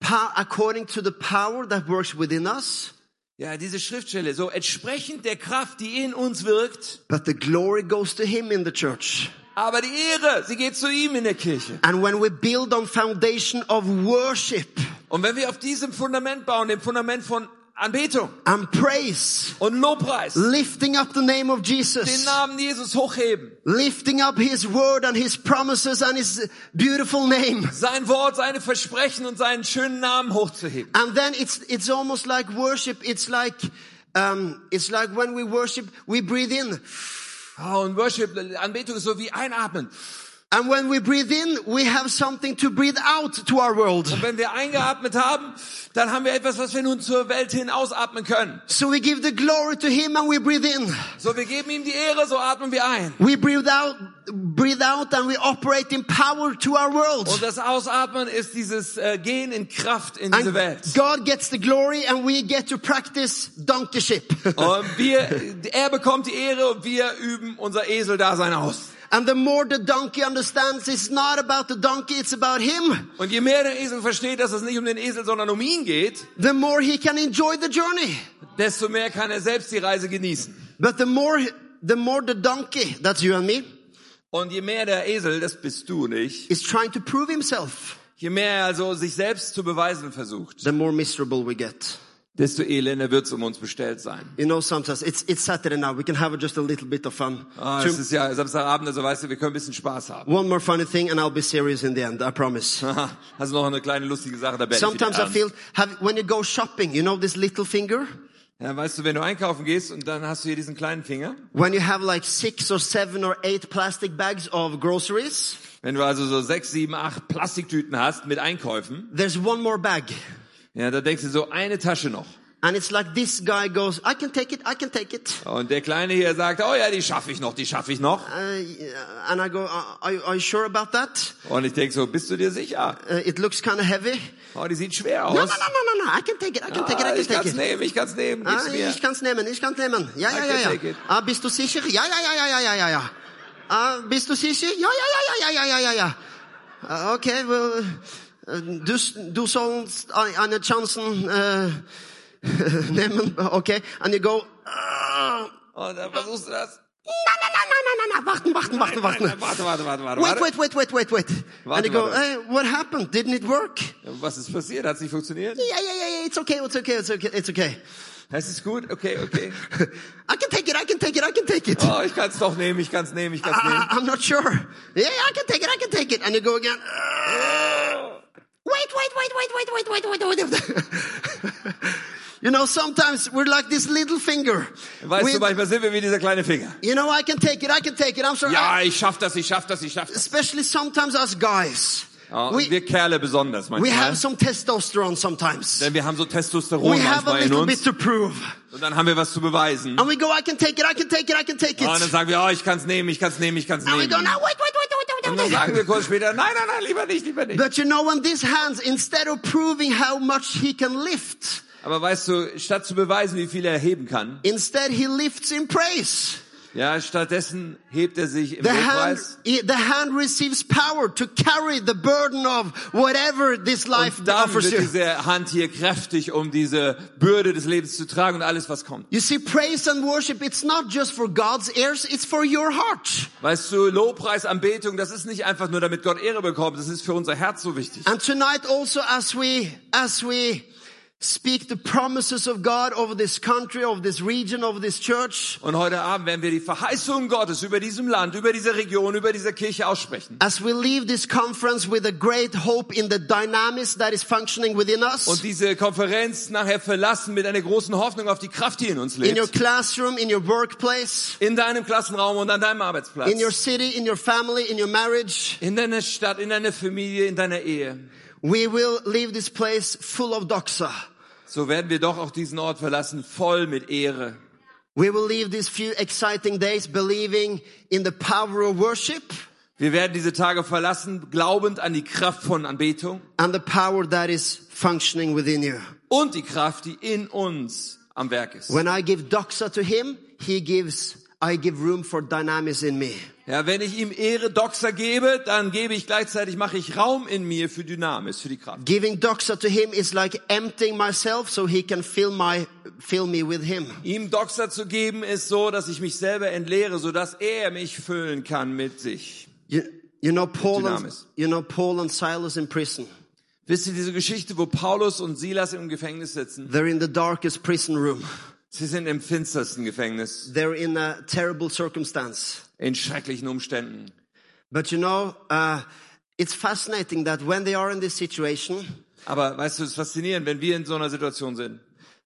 pow- according to the power that works within us, Ja, diese Schriftstelle, so entsprechend der Kraft, die in uns wirkt, but the glory goes to him in the church. aber die Ehre, sie geht zu ihm in der Kirche. And when we build on foundation of worship Und wenn wir auf diesem Fundament bauen, dem Fundament von Anbetung and praise, und Lobpreis, lifting up the name of Jesus, den Namen Jesus hochheben, lifting up his word and his promises and his beautiful name. sein Wort, seine Versprechen und seinen schönen Namen hochzuheben. And then it's it's almost like worship. It's like um, it's like when we worship, we breathe in, Ah, und Worship, Anbetung ist so wie einatmen. and when we breathe in, we have something to breathe out to our world. Wenn wir eingeatmet haben, dann haben wir etwas, was wir nun zur Welt hin ausatmen können. So we give the glory to Him, and we breathe in. So, wir geben ihm die Ehre, so atmen wir ein. We breathe out, breathe out, and we operate in power to our Und world. das Ausatmen ist dieses äh, Gehen in Kraft in diese And Welt. God gets the glory, and we get to practice donkeyship. Und wir, er bekommt die Ehre und wir üben unser Eseldasein aus. [LAUGHS] and the more the donkey understands, it's not about the donkey; it's about Him. Und je mehr der Esel versteht, dass es nicht um den Esel, sondern um ihn geht, The more he can enjoy the journey. desto mehr kann er selbst die Reise genießen. But the more, the more the donkey, that's you and me, Und je mehr der Esel, das bist du nicht, is trying to prove himself, je mehr er also sich selbst zu beweisen versucht, the more miserable we get. desto elender wird's um uns bestellt sein. You know, sometimes it's, it's Saturday now. We can have just a little bit of fun. Ah, Two- es ist ja Samstagabend, also weißt du, wir können ein bisschen Spaß haben. one more funny thing and I'll be serious in the end. I promise. Aha, Hast du noch eine kleine lustige Sache dabei? Sometimes I feel, have, when you go shopping, you know this little finger? Ja, weißt du, wenn du einkaufen gehst und dann hast du hier diesen kleinen Finger, When you have like six or seven or eight plastic bags of groceries, wenn du also so sechs, sieben, acht Plastiktüten hast mit Einkäufen, there's one more bag. ja, da denkst du so eine Tasche noch. And it's like this guy goes, I can take it, I can take it. Und der Kleine hier sagt, oh ja, die schaffe ich noch, die schaffe ich noch. Uh, yeah, and I go, are, are you- are you sure about that? Und ich denk so, bist du dir sicher? Uh, it looks kind of heavy. Oh, die sieht schwer No, no, aus. no, no, no, no. I can take it. I can take it. I Ah, can ich take kann's it. nehmen, ich kann's nehmen. Ah, Gib's mir. ich kann's nehmen, ich kann's nehmen. Ja, ja, I ja, can ja. take it. Ah, bist du sicher? Ja, ja, ja, ja, ja, ja, ja, ja. Ah, bist du sicher? Ja, ja, ja, ja, ja, ja, ja, ja, ja. Ah, okay, well, äh, du, du sollst ein- eine Chance äh, [LAUGHS] nehmen, okay? And you go, ah, Und dann versuchst du das. na, na, na, na, na, na, warten, warten, warten, Warte, warten. warte, warte, warte, warte. Wait, wait, wait, wait, wait, wait. And Warte, you go, warte. hey, what happened? Didn't it work? Was ist passiert? Hat's nicht funktioniert? Yeah, yeah, yeah, yeah, it's okay, it's okay, it's okay, it's okay. Es ist gut? Okay, okay. I can take it, I can take it, I can take it. Oh, ich kann's doch nehmen, ich kann's nehmen, ich kann's I, I'm not sure. Yeah, yeah, I can take it, I can take it. And you go again. Uh, nehmen. Wait, wait, wait, wait, wait, wait, wait, wait, wait. [LAUGHS] you know, sometimes we're like this little finger. Weißt We- du, manchmal sind wir wie dieser kleine Finger. you know, I can take it, I can take it. I'm sorry. Ja, I- ich schaff das, ich schaff das, ich schaff das. especially sometimes us guys. Ja, und we, wir Kerle besonders we manchmal. ne? have some testosterone sometimes. Denn wir haben so Testosteron we have a manchmal in little bit uns. to prove. Und dann haben wir was zu beweisen. And we go, I can take it, I can take it, I can take it. Und dann sagen wir, oh, ich kann's nehmen, ich kann's nehmen, ich kann's and we nehmen. go, now wait, wait, wait, wait, wait, Und dann sagen wir kurz später, nein, nein, nein, lieber nicht, lieber nicht. But you know, on these hands, instead of proving how much he can lift, Aber weißt du, statt zu beweisen, wie viel er heben kann, instead he lifts in praise. ja, stattdessen hebt er sich im The hand, Lobpreis. i- the hand receives power to carry the burden of whatever this life Und dann offers wird you. diese Hand hier kräftig, um diese Bürde des Lebens zu tragen und alles, was kommt. You see, praise and worship, it's not just for God's ears, it's for your heart. Weißt du, Lobpreis, Anbetung, das ist nicht einfach nur, damit Gott Ehre bekommt, das ist für unser Herz so wichtig. And tonight also as we, as we speak the promises of God over this country, over this region, over this church, Und heute Abend werden wir die Verheißungen Gottes über diesem Land, über diese Region, über diese Kirche aussprechen. as we leave this conference with a great hope in the dynamics that is functioning within Und us, diese Konferenz nachher verlassen mit einer großen Hoffnung auf die Kraft, die in uns in your lebt. classroom, in your workplace, In deinem Klassenraum und an deinem Arbeitsplatz. in your city, in your family, in your marriage, In deiner Stadt, in deiner Familie, in deiner Ehe. we will leave this place full of doxa. So werden wir doch auch diesen Ort verlassen, voll mit Ehre. We will leave these few exciting days believing in the power of worship Wir werden diese Tage verlassen, glaubend an die Kraft von Anbetung and the power that is functioning within you. und die Kraft, die in uns am Werk ist. When I give doxa to him, he gives, I give room for dynamics in me. Ja, wenn ich ihm Ehre Doxer gebe, dann gebe ich gleichzeitig, mache ich Raum in mir für Dynamis, für die Kraft. Giving doxa to him is like emptying myself so he can fill my, fill me with him. Ihm Doxer zu geben ist so, dass ich mich selber entleere, sodass er mich füllen kann mit sich. You, you know Paul and, Dynamis. you know Paul and Silas in prison. Wisst ihr diese Geschichte, wo Paulus und Silas im Gefängnis sitzen? They're in the darkest prison room. Sie sind im finstersten Gefängnis, They're in a terrible circumstance. in schrecklichen Umständen. But you know, uh, it's fascinating that when they are in this situation, Aber weißt du, es ist faszinierend, wenn wir in so einer Situation sind.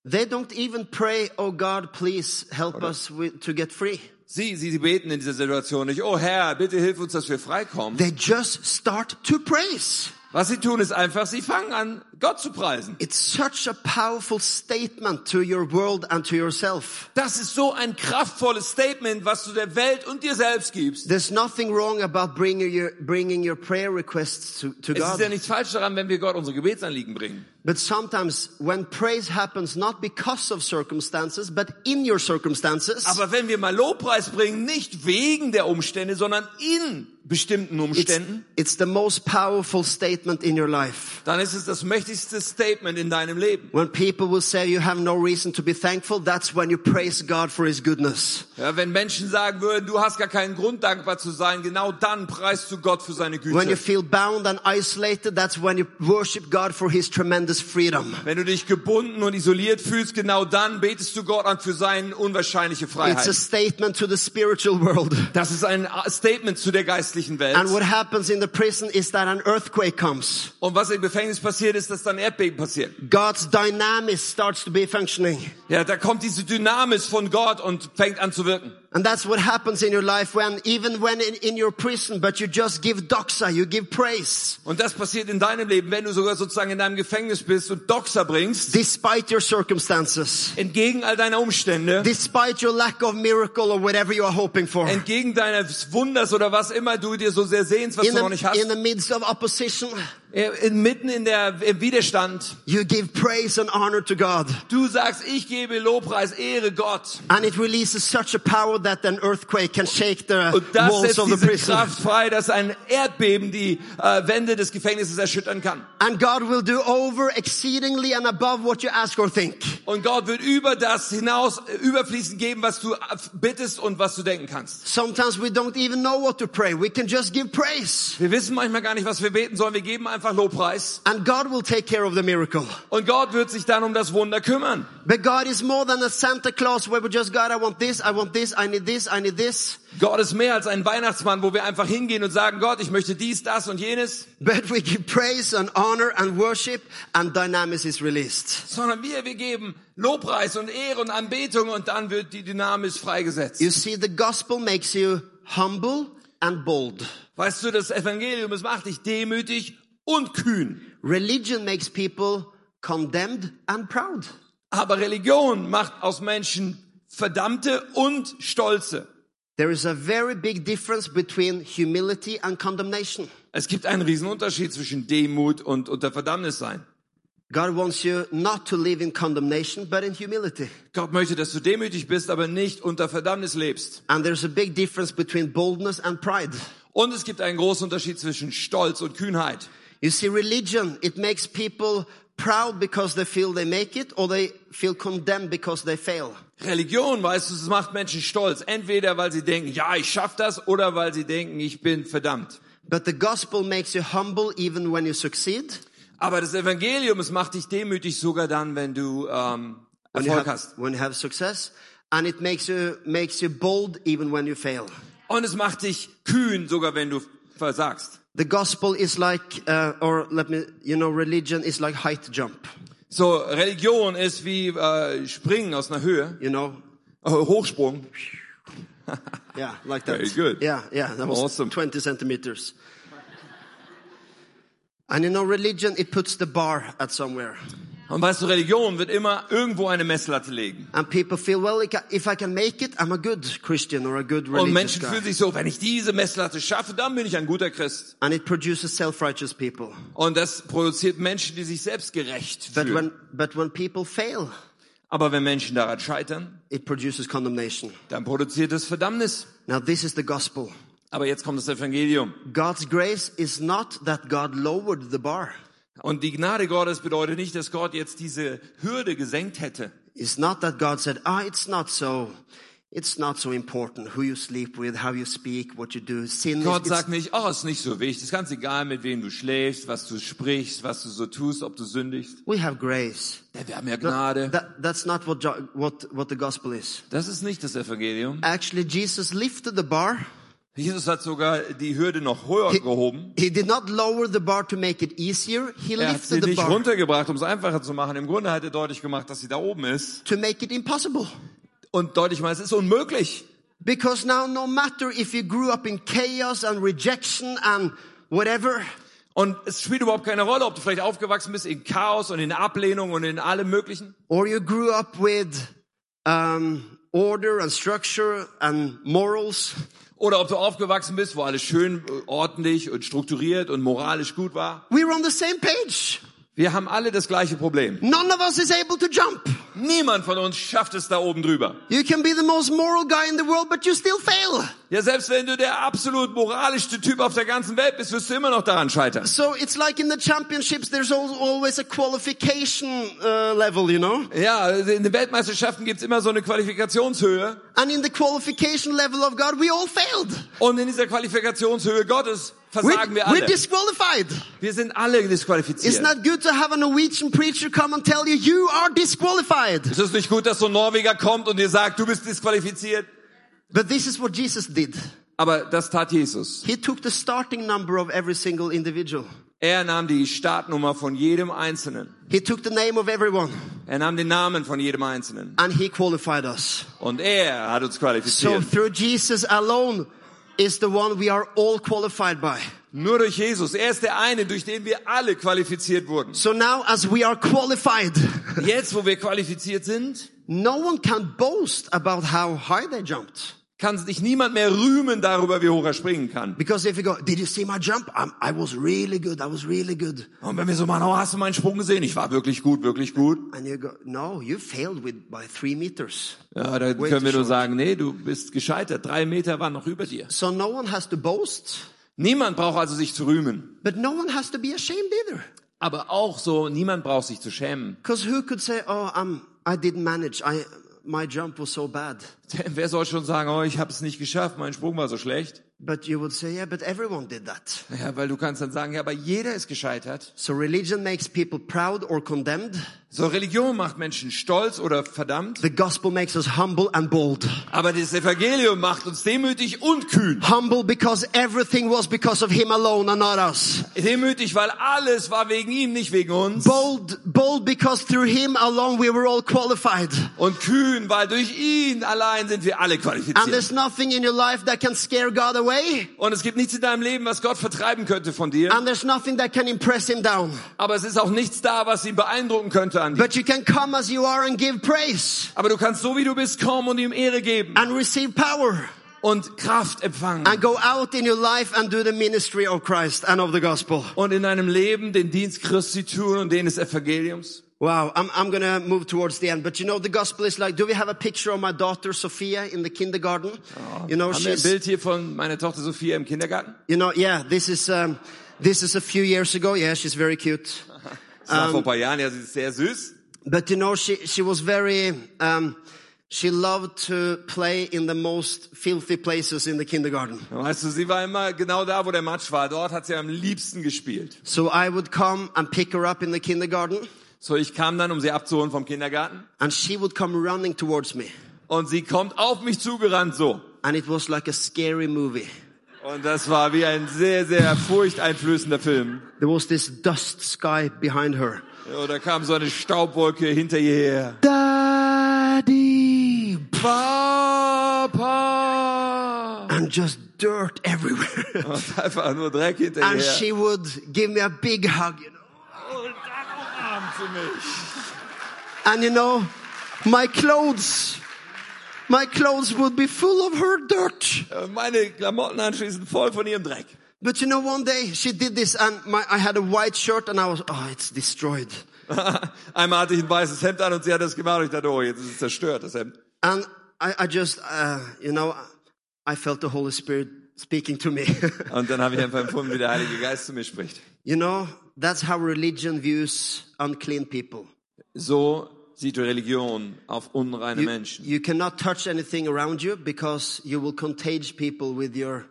they don't even pray, "Oh God, please help us with, to get free." Sie, sie, sie beten in dieser Situation nicht, oh Herr, bitte hilf uns, dass wir freikommen. They just start to praise. Was sie tun, ist einfach, sie fangen an, Gott zu preisen. It's such a powerful statement to your world and to yourself. Das ist so ein kraftvolles Statement, was du der Welt und dir selbst gibst. There's nothing wrong about bringing your bringing your prayer requests to, to Es ist ja God. nichts falsch daran, wenn wir Gott unsere Gebetsanliegen bringen. But sometimes when praise happens not because of circumstances, but in your circumstances, Aber wenn wir mal Lobpreis bringen, nicht wegen der Umstände, sondern in bestimmten it's, Umständen, it's the most powerful statement in your life. dann ist es das mächtigste Statement in deinem Leben. When people will say you have no reason to be thankful, that's when you praise God for His goodness. Ja, wenn Menschen sagen würden, du hast gar keinen Grund dankbar zu sein, genau dann preist du Gott für seine When you Güte. feel bound and isolated, that's when you worship God for His tremendous freedom. Wenn du dich gebunden und isoliert fühlst, genau dann betest du Gott an für seine unwahrscheinliche It's a Freiheit. statement to the spiritual world. Das ist ein Statement zu der geistlichen Welt. And what happens in the prison is that an earthquake comes. Und was im Gefängnis passiert ist, dass dann Erdbeben passiert. God's dynamics starts to be functioning. Ja, da kommt diese Dynamis von Gott und fängt an zu wirken. And that's what happens in your life when, even when in, in your prison, but you just give doxa, you give praise, Und das passiert in deinem Leben, wenn du sogar sozusagen in deinem Gefängnis bist und Doxer bringst, despite your circumstances, entgegen all deiner Umstände, despite your lack of miracle or whatever you are hoping for. entgegen deines Wunders oder was immer du dir so sehr sehnst, was in du noch nicht the, in hast, the midst of opposition, inmitten in der im Widerstand, you give praise and honor to God. du sagst, ich gebe Lobpreis, Ehre Gott. And it releases such a power that an earthquake can shake the Und das walls setzt of the diese prison. Kraft frei, dass ein Erdbeben die äh, Wände des Gefängnisses erschüttern kann. And God will do over exceedingly and above what you ask or think. Und Gott wird über das hinaus äh, überfließen geben, was du äh, bittest und was du denken kannst. Sometimes we don't even know what to pray. We can just give praise. Wir wissen manchmal gar nicht, was wir beten sollen. Wir geben einfach Lobpreis. And God will take care of the miracle. Und Gott wird sich dann um das Wunder kümmern. But God is more than a Santa Claus where we just, God, I want this, I want this, I need this, I need this. Gott ist mehr als ein Weihnachtsmann, wo wir einfach hingehen und sagen, Gott, ich möchte dies, das und jenes. But we give praise and honor and worship and dynamics is released. Sondern wir, wir geben Lobpreis und Ehre und Anbetung und dann wird die Dynamis freigesetzt. You see, the gospel makes you humble and bold. Weißt du, das Evangelium, es macht dich demütig und kühn. Religion makes people condemned and proud. Aber Religion macht aus Menschen Verdammte und Stolze. There is a very big difference between humility and condemnation. Es gibt einen riesen Unterschied zwischen Demut und unter Verdammnis sein. God wants you not to live in condemnation, but in humility. Gott möchte, dass du demütig bist, aber nicht unter Verdammnis lebst. And there's a big difference between boldness and pride. Und es gibt einen großen Unterschied zwischen Stolz und Kühnheit. You see, religion, it makes people proud because they feel they make it, or they feel condemned because they fail. Religion, weißt du, es macht Menschen stolz. Entweder weil sie denken, ja, ich schaff das, oder weil sie denken, ich bin verdammt. But the gospel makes you humble even when you succeed. Aber das Evangelium, es macht dich demütig sogar dann, wenn du ähm, When you, Erfolg have, hast. when you have success. And it makes you, makes you bold even when you fail. Und es macht dich kühn, sogar wenn du versagst. The gospel is like, uh, or let me, you know, religion is like height jump. So, Religion ist wie äh, Springen aus einer Höhe, You know, äh, Hochsprung. Yeah, like that. Very good. Yeah, yeah, that was Awesome. 20 centimeters. And you know, religion, it puts the bar at somewhere. Und weißt du, Religion wird immer irgendwo eine Messlatte legen. And people feel, well, if I- if I can make it, I'm a good Christian or a good Und religious Menschen fühlen guy. sich so, wenn ich diese Messlatte schaffe, dann bin ich ein guter Christ. And it produces self-righteous people. Und das produziert Menschen, die sich selbst gerecht But fühlen. when, but when people fail, Aber wenn Menschen daran scheitern, it produces condemnation. dann produziert es Verdammnis. Now, this is the gospel. Aber jetzt kommt das Evangelium. God's grace is not that God lowered the bar. Und die Gnade Gottes bedeutet nicht, dass Gott jetzt diese Hürde gesenkt hätte. It's not that God said, ah, it's not so, it's not so important who you sleep with, how you speak, what you do. Sin, Gott is, it's, sagt nicht, oh, ist nicht so wichtig, ist ganz egal, mit wem du schläfst, was du sprichst, was du so tust, ob du sündigst. we have grace. Denn wir haben ja Gnade. That, that's not what, jo- what, what the gospel is. Das ist nicht das Evangelium. Actually, Jesus lifted the bar. Jesus hat sogar die Hürde noch höher gehoben. He did not lower the bar to make it easier. He Er hat sie lifted the nicht bar runtergebracht, um es einfacher zu machen. Im Grunde hat er deutlich gemacht, dass sie da oben ist. to make it impossible. Und deutlich mal, es ist unmöglich. Because now, no matter if you grew up in chaos and rejection and whatever, Und es spielt überhaupt keine Rolle, ob du vielleicht aufgewachsen bist in Chaos und in Ablehnung und in allem Möglichen. or you grew up with um, order and structure and morals, Oder ob du aufgewachsen bist, wo alles schön, äh, ordentlich und strukturiert und moralisch gut war. We're on the same page. Wir haben alle das gleiche Problem. None of us is able to jump. Niemand von uns schafft es da oben drüber. You can be the most moral guy in the world, but you still fail. Ja, selbst wenn du der absolut moralischste Typ auf der ganzen Welt bist, wirst du immer noch daran scheitern. So it's like in the championships, there's al- always a qualification uh, level, you know? Ja, in den Weltmeisterschaften gibt's immer so eine Qualifikationshöhe. And in the qualification level of God, we all failed. Und in dieser Qualifikationshöhe Gottes We're, versagen wir we're alle. disqualified. Wir sind alle It's disqualifiziert. not good to have a Norwegian preacher come and tell you, you are disqualified. Es ist nicht gut, dass so ein Norweger kommt und dir sagt, du bist disqualifiziert. But this is what Jesus did. Aber das tat Jesus. He took the starting number of every single individual. Er nahm die Startnummer von jedem Einzelnen. He took the name of everyone Er nahm den Namen von jedem Einzelnen. and he qualified us. Und er hat uns So qualifiziert. through Jesus alone is the one we are all qualified by. Nur durch Jesus. Er ist der eine, durch den wir alle qualifiziert wurden. So now as we are qualified, [LAUGHS] Jetzt, wo wir qualifiziert sind, no one can boast about how high they jumped. kann sich niemand mehr rühmen darüber, wie hoch er springen kann. Because if you go, did you see my jump? i I was really good. I was really good. Und wenn wir so machen, oh, hast du meinen Sprung gesehen? Ich war wirklich gut, wirklich gut. And you go, no, you failed with by three meters. Ja, da Way können wir too nur short. sagen, nee, du bist gescheitert. Drei Meter waren noch über dir. So no one has to boast, Niemand braucht also sich zu rühmen. but no one has to be ashamed either. Aber auch so, niemand braucht sich zu schämen. [LAUGHS] Because who could say, oh, I'm, I didn't manage. I, my jump was so bad. Denn wer soll schon sagen, oh, ich habe es nicht geschafft, mein Sprung war so schlecht? But you would say, yeah, but everyone did that. Ja, weil du kannst dann sagen, ja, aber jeder ist gescheitert. So religion makes people proud or condemned. So, Religion macht Menschen stolz oder verdammt. The gospel makes us humble and bold. Aber das Evangelium macht uns demütig und kühn. Humble because everything was because of him alone and not us. Demütig, weil alles war wegen ihm, nicht wegen uns. Bold, bold because through him alone we were all qualified. Und kühn, weil durch ihn allein sind wir alle And qualifiziert. there's nothing in your life that can scare God away. Und es gibt nichts in deinem Leben, was Gott vertreiben könnte von dir. And there's nothing that can impress him down. Aber es ist auch nichts da, was ihn beeindrucken könnte an dir. But you can come as you are and give praise Aber du kannst so, wie du bist, kommen und ihm Ehre geben. and receive power. und Kraft empfangen and go out in your life and do the ministry of Christ and of the gospel. und in deinem Leben den Dienst Christi tun und den des Evangeliums. Wow, I'm, I'm gonna move towards the end, but you know, the gospel is like, do we have a picture of my daughter Sophia in the kindergarten? you know, Haben wir ein she's, Bild hier von meiner Tochter Sophia im Kindergarten? you know, yeah, this is, um, this is a few years ago. Yeah, she's very cute. Das war vor ein paar Jahren, ja, sie ist sehr süß. But you know, she, she was very, um, she loved to play in the most filthy places in the kindergarten. Weißt du, sie war immer genau da, wo der Matsch war. Dort hat sie am liebsten gespielt. So I would come and pick her up in the kindergarten So, ich kam dann, um sie abzuholen vom Kindergarten. and she would come running towards me. Und sie kommt auf mich zugerannt so. And it was like a scary movie. Und das war wie ein sehr, sehr furchteinflößender Film. There was this dust sky behind her. Ja, da kam so eine Staubwolke hinter ihr her. Daddy! Papa! And just dirt everywhere. Und einfach nur Dreck hinter ihr and her. she would give me a big hug, you know. Und dann umarmt sie mich. And you know, my clothes, my clothes would be full of her dirt. Und Meine Klamotten anschließend voll von ihrem Dreck. [LAUGHS] But you know, one day she did this and my, I had a white shirt and I was, oh, it's destroyed. Einmal hatte ich ein weißes Hemd an und sie hat das gemacht. Und ich dachte, oh, jetzt ist es zerstört, das Hemd. And I, I just, uh, you know, I felt the Holy Spirit speaking to me. [LAUGHS] Und dann habe ich einfach empfunden, wie der Heilige Geist zu mir spricht. you know, that's how religion views unclean people. So sieht Religion auf unreine You, Menschen. you cannot touch anything around you because you will contage people with your,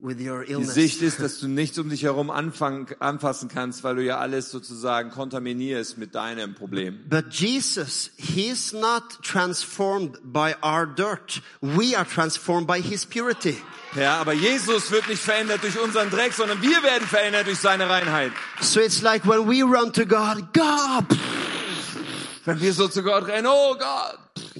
with your Die illness. Sicht ist, dass du nichts um dich herum anfangen, anfassen kannst, weil du ja alles sozusagen kontaminierst mit deinem Problem. But Jesus, he's not transformed by our dirt. We are transformed by his purity. Ja, aber Jesus wird nicht verändert durch unseren Dreck, sondern wir werden verändert durch seine Reinheit. So it's like when we run to God, God, Wenn wir so zu Gott rennen, oh Gott,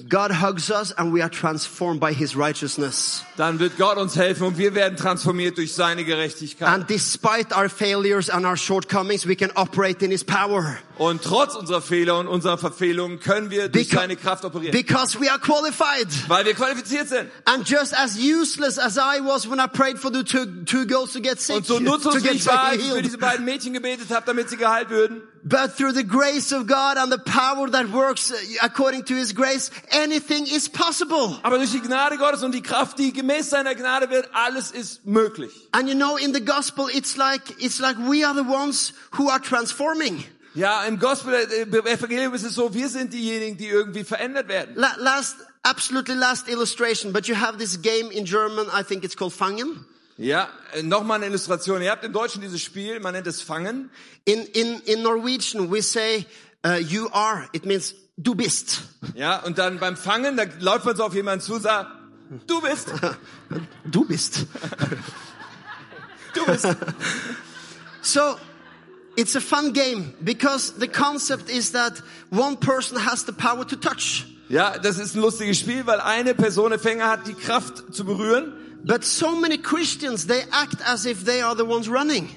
God hugs us and we are transformed by his righteousness. dann wird Gott uns helfen und wir werden transformiert durch seine Gerechtigkeit. And despite our failures and our shortcomings, we can operate in his power Und trotz unserer Fehler und unserer Verfehlungen können wir durch Beca- seine Kraft operieren, because we are qualified. weil wir qualifiziert sind. And just as useless as I was when I prayed for the two, two girls to get sick, Und so to get nutzungsfähig war, als ich für diese healed, beiden Mädchen gebetet habe, damit sie geheilt würden. but through the grace of God and the power that works uh, according to his grace, anything is possible. Aber durch die Gnade Gottes und die Kraft, die gemäß seiner Gnade wird, alles ist möglich. And you know, in the gospel, it's like, it's like we are the ones who are transforming. Ja, im Gospel, äh, im Evangelium ist es so, wir sind diejenigen, die irgendwie verändert werden. La- last, absolutely last illustration, but you have this game in German, I think it's called Fangen. Ja, nochmal eine Illustration. Ihr habt im Deutschen dieses Spiel, man nennt es Fangen. In, in, in Norwegian, we say, uh, you are, it means du bist. Ja, und dann beim Fangen, da läuft man so auf jemanden zu und sagt, du bist, Du bist. du bist. So, it's a fun game because the concept is that one person has the power to touch. Ja, das ist ein lustiges Spiel, weil eine Person, der Fänger, hat die Kraft zu berühren. But so many Christians, they act as if they are the ones running,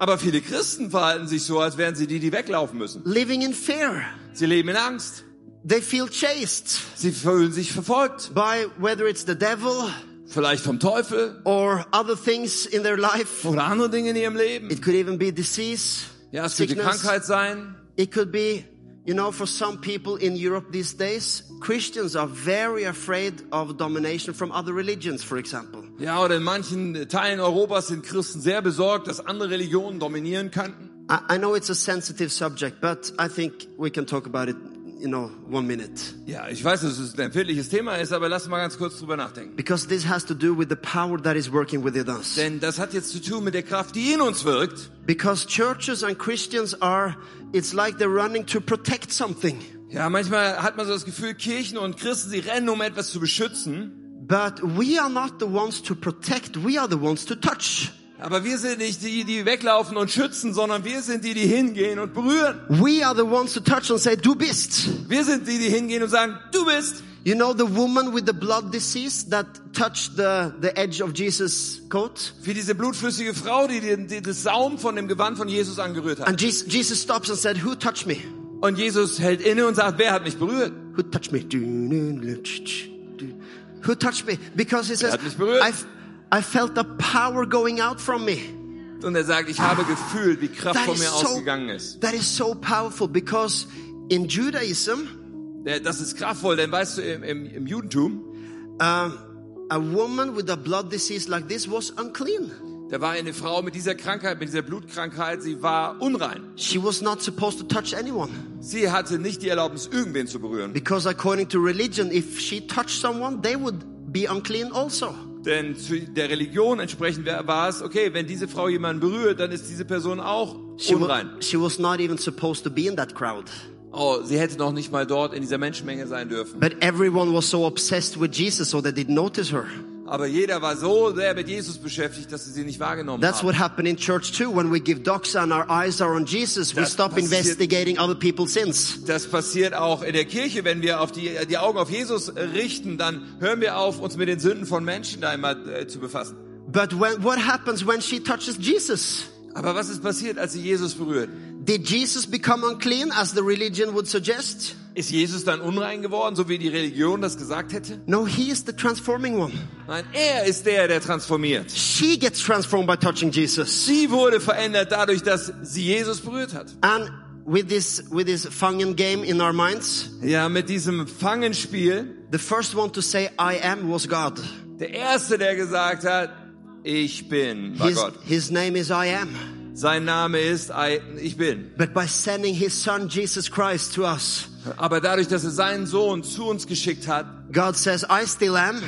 Aber viele Christen verhalten sich so, als wären sie die, die weglaufen müssen. living in fear. Sie leben in Angst. They feel chased Sie fühlen sich verfolgt. by whether it's the devil Vielleicht vom Teufel or other things in their life. oder andere Dinge in ihrem Leben. It could even be disease, Ja, es könnte sickness. Krankheit sein. It could be, you know, for some people in Europe these days, Christians are very afraid of domination from other religions, for example. Ja, oder in manchen Teilen Europas sind Christen sehr besorgt, dass andere Religionen dominieren könnten. I, I know it's a sensitive subject, but I think we can talk about it, you know, one minute. Ja, ich weiß, dass es ein empfindliches Thema ist, aber lass mal ganz kurz drüber nachdenken. Because this has to do with the power that is working within us. Denn das hat jetzt zu tun mit der Kraft, die in uns wirkt. Because churches and Christians are, it's like they're running to protect something. Ja, manchmal hat man so das Gefühl, Kirchen und Christen, sie rennen, um etwas zu beschützen. But we are not the ones to protect, we are the ones to touch. Aber wir sind nicht die, die weglaufen und schützen, sondern wir sind die, die hingehen und berühren. We are the ones to touch and say, Du bist. Wir sind die, die hingehen und sagen, du bist. You know the woman with the blood disease that touched the, the edge of Jesus' coat? Wie diese blutflüssige Frau, die, den, die das Saum von dem Gewand von Jesus angerührt hat. And Jesus, Jesus stops and said, Who touched me? Und Jesus hält inne und sagt, wer hat mich berührt? Who touched me? who touched me because he says, hat mich berührt? I, I felt the power going out from me. Und er sagt, ich habe gefühlt, wie Kraft Ah, That von is, mir so, ausgegangen ist. that is so powerful because in Judaism, Der- Das ist kraftvoll, denn weißt du, im, im, im Judentum, um, a woman with a blood disease like this was unclean. da war eine Frau mit dieser Krankheit, mit dieser Blutkrankheit, sie war unrein. She was not supposed to touch anyone Sie hatte nicht die Erlaubnis, irgendwen zu berühren. because, according to religion, if she touched someone, they would be unclean also. Denn zu der Religion entsprechend wär- war es, okay, wenn diese Frau jemanden berührt, dann ist diese Person auch She, wa- unrein. she was not even supposed to be in that crowd. Oh, sie hätte noch nicht mal dort in dieser Menschenmenge sein dürfen. But everyone was so obsessed with Jesus, so they didn't notice her. Aber jeder war so sehr mit Jesus beschäftigt, dass sie sie nicht wahrgenommen That's haben. what happened in church too. When we give doxa and our eyes are on Jesus, we That- stop that's it. investigating other people's sins. Das passiert auch in der Kirche, wenn wir auf die, die Augen auf Jesus richten, dann hören wir auf, uns mit den Sünden von Menschen da immer äh, zu befassen. But when, what happens when she touches Jesus? Aber was ist passiert, als sie Jesus berührt? Did Jesus become unclean as the religion would suggest? Ist Jesus dann unrein geworden, so wie die Religion das gesagt hätte? No, he is the transforming one. Nein, er ist der, der transformiert. She gets transformed by touching Jesus. Sie wurde verändert dadurch, dass sie Jesus berührt hat. And with this, with this Fangen game in our minds, Ja, mit diesem Fangenspiel, the first one to say I am was God. der Erste, der gesagt hat, ich bin, war His, Gott. his name is I am. Sein Name ist, I, ich bin. But by sending his son Jesus Christ to us, Aber dadurch, dass er seinen Sohn zu uns geschickt hat, God says, I still am,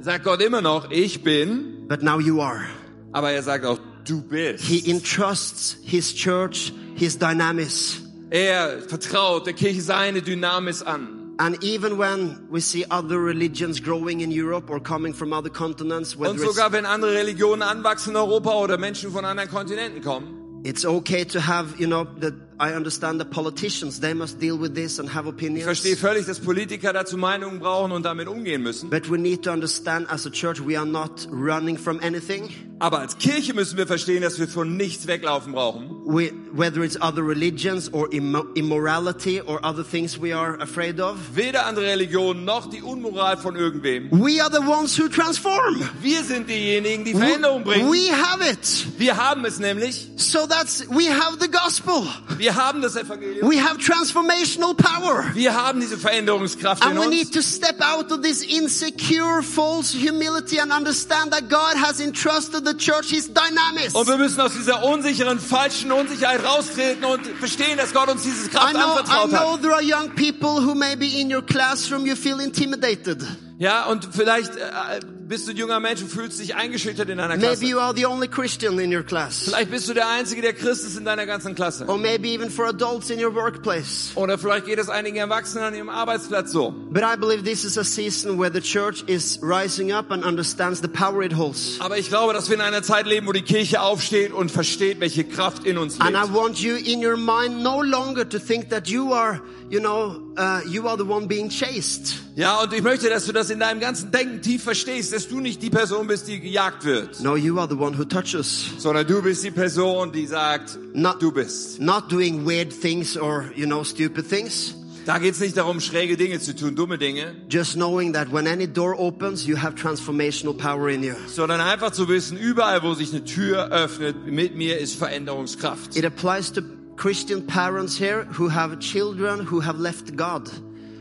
sagt Gott immer noch, ich bin, but now you are. aber er sagt auch, du bist. He entrusts his church, his dynamis. Er vertraut der Kirche seine Dynamis an. And even when we see other religions growing in Europe or coming from other continents, Und whether it's, sogar wenn andere Religionen anwachsen in Europa oder Menschen von anderen Kontinenten kommen, it's okay to have, you know, that I understand the politicians, they must deal with this and have ich verstehe opinions. völlig, dass Politiker dazu Meinungen brauchen und damit umgehen müssen. But we need to understand as a church, we are not running from anything. Aber als Kirche müssen wir verstehen, dass wir von nichts weglaufen brauchen. We, whether it's other religions or immo- immorality or other things we are afraid of. Weder andere Religionen noch die Unmoral von irgendwem. We are the ones who transform. Wir sind diejenigen, die Veränderung We, bringen. we have it. Wir haben es nämlich. So that's, we have the gospel. Wir haben das Evangelium. We have transformational power. Wir haben diese Veränderungskraft in And we uns. need to step out of this insecure, false humility and understand that God has entrusted the church his dynamics. Und wir müssen aus dieser unsicheren, falschen Unsicherheit raustreten und verstehen, dass Gott uns dieses I Kraft know, I anvertraut know hat. there are young people who maybe in your classroom you feel intimidated. Ja, und vielleicht äh, bist du ein junger Mensch und fühlst dich eingeschüchtert in deiner Maybe Klasse. you are the only Christian in your class. Vielleicht bist du der Einzige, der Christ ist in deiner ganzen Klasse. Or maybe even for adults in your workplace. Oder vielleicht geht es einigen Erwachsenen an ihrem Arbeitsplatz so. But I believe this is a season where the church is rising up and understands the power it holds. Aber ich glaube, dass wir in einer Zeit leben, wo die Kirche aufsteht und versteht, welche Kraft in uns And I lebt. want you in your mind no longer to think that you are, you know, uh, you are the one being chased. Ja, und ich möchte, dass du das in deinem ganzen Denken tief verstehst, dass du nicht die Person bist, die gejagt wird, No, you are the one who touches. sondern du bist die Person, die sagt, Na- du bist. not doing weird things or you know stupid things Da geht's nicht darum, schräge Dinge zu tun, dumme Dinge, just knowing that when any door opens you have transformational power in you sondern einfach zu wissen, überall, wo sich eine Tür öffnet, mit mir ist Veränderungskraft. it applies to christian parents here who have children who have left god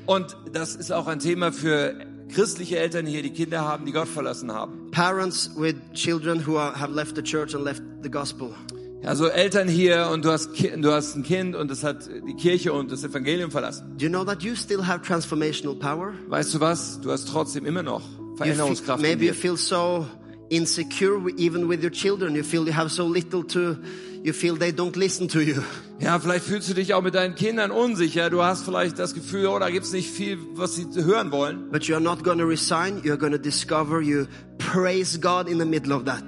Und das ist auch ein Thema für christliche Eltern hier, die Kinder haben, die Gott verlassen haben. parents with children who are, have left the church and left the gospel Also Eltern hier und du hast, Ki- du hast ein Kind und das hat die Kirche und das Evangelium verlassen. do you know that you still have transformational power Weißt du was? Du hast trotzdem immer noch You feel- Veränderungskraft in maybe you dir. feel so insecure wi- even with your children you feel you have so little to you feel they don't listen to you Ja, vielleicht fühlst du dich auch mit deinen Kindern unsicher. Du hast vielleicht das Gefühl, oh, da gibt's nicht viel, was sie hören wollen. But you're not going to resign. You're going to discover you praise God in the middle of that.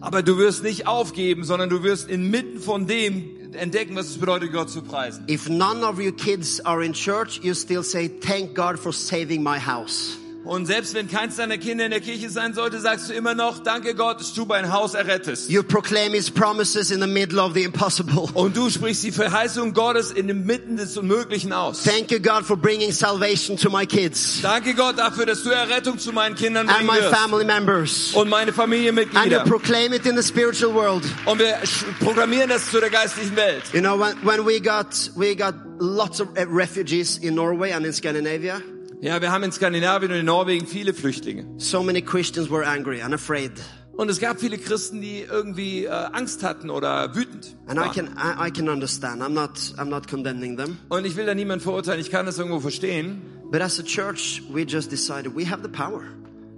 Aber du wirst nicht aufgeben, sondern du wirst inmitten von dem entdecken, was es bedeutet, Gott zu preisen. If none of your kids are in church, you still say, Thank God for saving my house. Und selbst wenn keins deiner Kinder in der Kirche sein sollte, sagst du immer noch, danke Gott, dass du mein Haus errettest. You proclaim his promises in the middle of the impossible. [LAUGHS] Oh, Und du sprichst die Verheißung Gottes in den Mitten des Unmöglichen aus. Thank you, God, for bringing salvation to my kids Danke Gott dafür, dass du Errettung zu meinen Kindern and bringen my wirst. family members. Und meine And you Familienmitglieder. proclaim it in the spiritual world. Und wir sch- programmieren das zu der geistlichen Welt. You know, when, when we got we got lots of uh, refugees in Norway and in Scandinavia, Ja, wir haben in Skandinavien und in Norwegen viele Flüchtlinge. so many Christians were angry and afraid. Und es gab viele Christen, die irgendwie äh, Angst hatten oder wütend And I waren. can I, I can understand. I'm not I'm not condemning them. Und ich will da niemanden verurteilen, ich kann das irgendwo verstehen. But as a church, we just decided we have the power.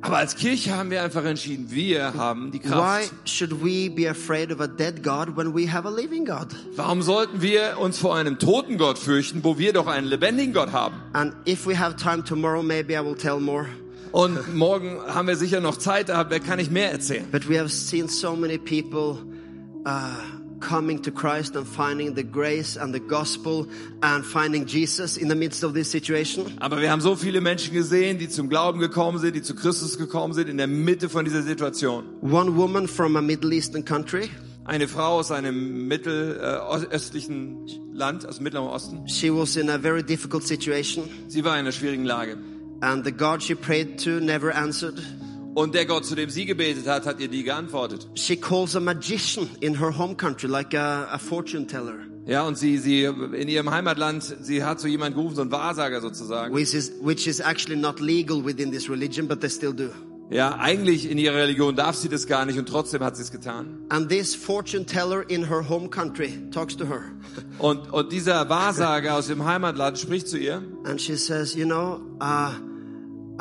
Aber als Kirche haben wir einfach entschieden, wir haben die Why Kraft. should we be afraid of a dead God when we have a living God? Warum sollten wir uns vor einem toten Gott fürchten, wo wir doch einen lebendigen Gott haben? And if we have time tomorrow, maybe I will tell more. Und morgen haben wir sicher noch Zeit, da da kann ich mehr erzählen. But we have seen so many people uh, coming to Christ and finding the grace and the gospel and finding Jesus in the midst of this situation. Aber wir haben so viele Menschen gesehen, die zum Glauben gekommen sind, die zu Christus gekommen sind, in der Mitte von dieser Situation. One woman from a Middle Eastern country, Eine Frau aus einem mittelöstlichen Land, aus dem Mittleren Osten, she was in a very difficult situation, sie war in einer schwierigen Lage. and the God she prayed to never answered. Und der Gott, zu dem sie gebetet hat, hat ihr die geantwortet. She calls a magician in her home country, like a, a fortune teller, Ja, und sie, sie, in ihrem Heimatland, sie hat so jemand gerufen, so einen Wahrsager sozusagen. which is, which is actually not legal within this religion, but they still do. Ja, eigentlich in ihrer Religion darf sie das gar nicht und trotzdem hat sie es getan. And this fortune teller in her home country talks to her. Und, und dieser Wahrsager aus dem Heimatland spricht zu ihr And she says, You know, uh,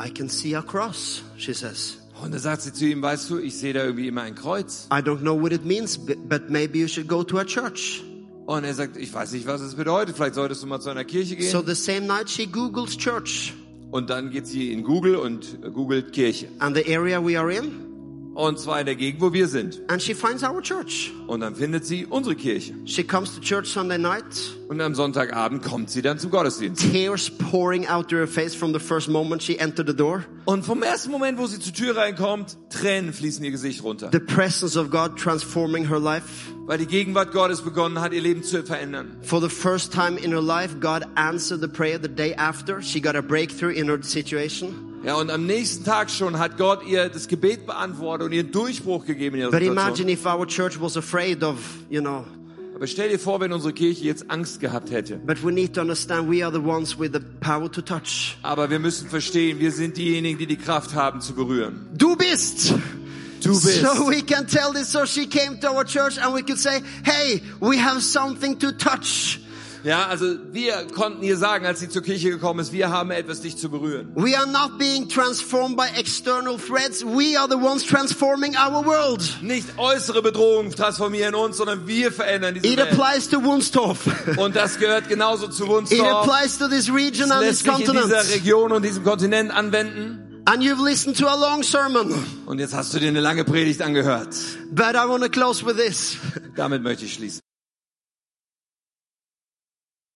I can see a cross, she says. und dann sagt sie zu ihm, weißt du, ich sehe da irgendwie immer ein Kreuz. I don't know what it means, bu- but maybe you should go to a church. Und er sagt, ich weiß nicht, was es bedeutet, vielleicht solltest du mal zu einer Kirche gehen. So the same night she Googles church und dann geht sie in Google und googelt Kirche. and the area we are in, Und zwar in der Gegend, wo wir sind. and she finds our church. Und dann findet sie unsere Kirche. She comes to church Sunday night, Und am Sonntagabend kommt sie dann zum Gottesdienst. tears pouring out of her face from the first moment she entered the door. Und vom ersten Moment, wo sie zur Tür reinkommt, Tränen fließen ihr Gesicht runter. The presence of God transforming her life. Weil die Gegenwart Gottes begonnen hat, ihr Leben zu verändern. For the first time in her life, God answered the prayer the day after. She got a breakthrough in her situation. Ja, und am nächsten Tag schon hat Gott ihr das Gebet beantwortet und ihr Durchbruch gegeben in ihrer But Situation. imagine if our church was afraid of, you know. Aber stell dir vor, wenn unsere Kirche jetzt Angst gehabt hätte. But we need to understand we are the ones with the power to touch. Aber wir müssen verstehen, wir sind diejenigen, die die Kraft haben zu berühren. Du bist! Du bist. So we can tell this. So she came to our church and we could say, hey, we have something to touch. Ja, also wir konnten ihr sagen, als sie zur Kirche gekommen ist, wir haben etwas, dich zu berühren. We are not being transformed by external threats. We are the ones transforming our world. Nicht äußere Bedrohungen transformieren uns, sondern wir verändern diese It Welt. applies to [LAUGHS] Wunstorf. Und das gehört genauso zu It Wunstorf. applies to this region and Oh. this uh, lässt sich in dieser continent. Region und diesem Kontinent anwenden. And you've listened to a long sermon. Und jetzt hast du dir eine lange Predigt angehört. But I want to close with this. Damit möchte ich schließen.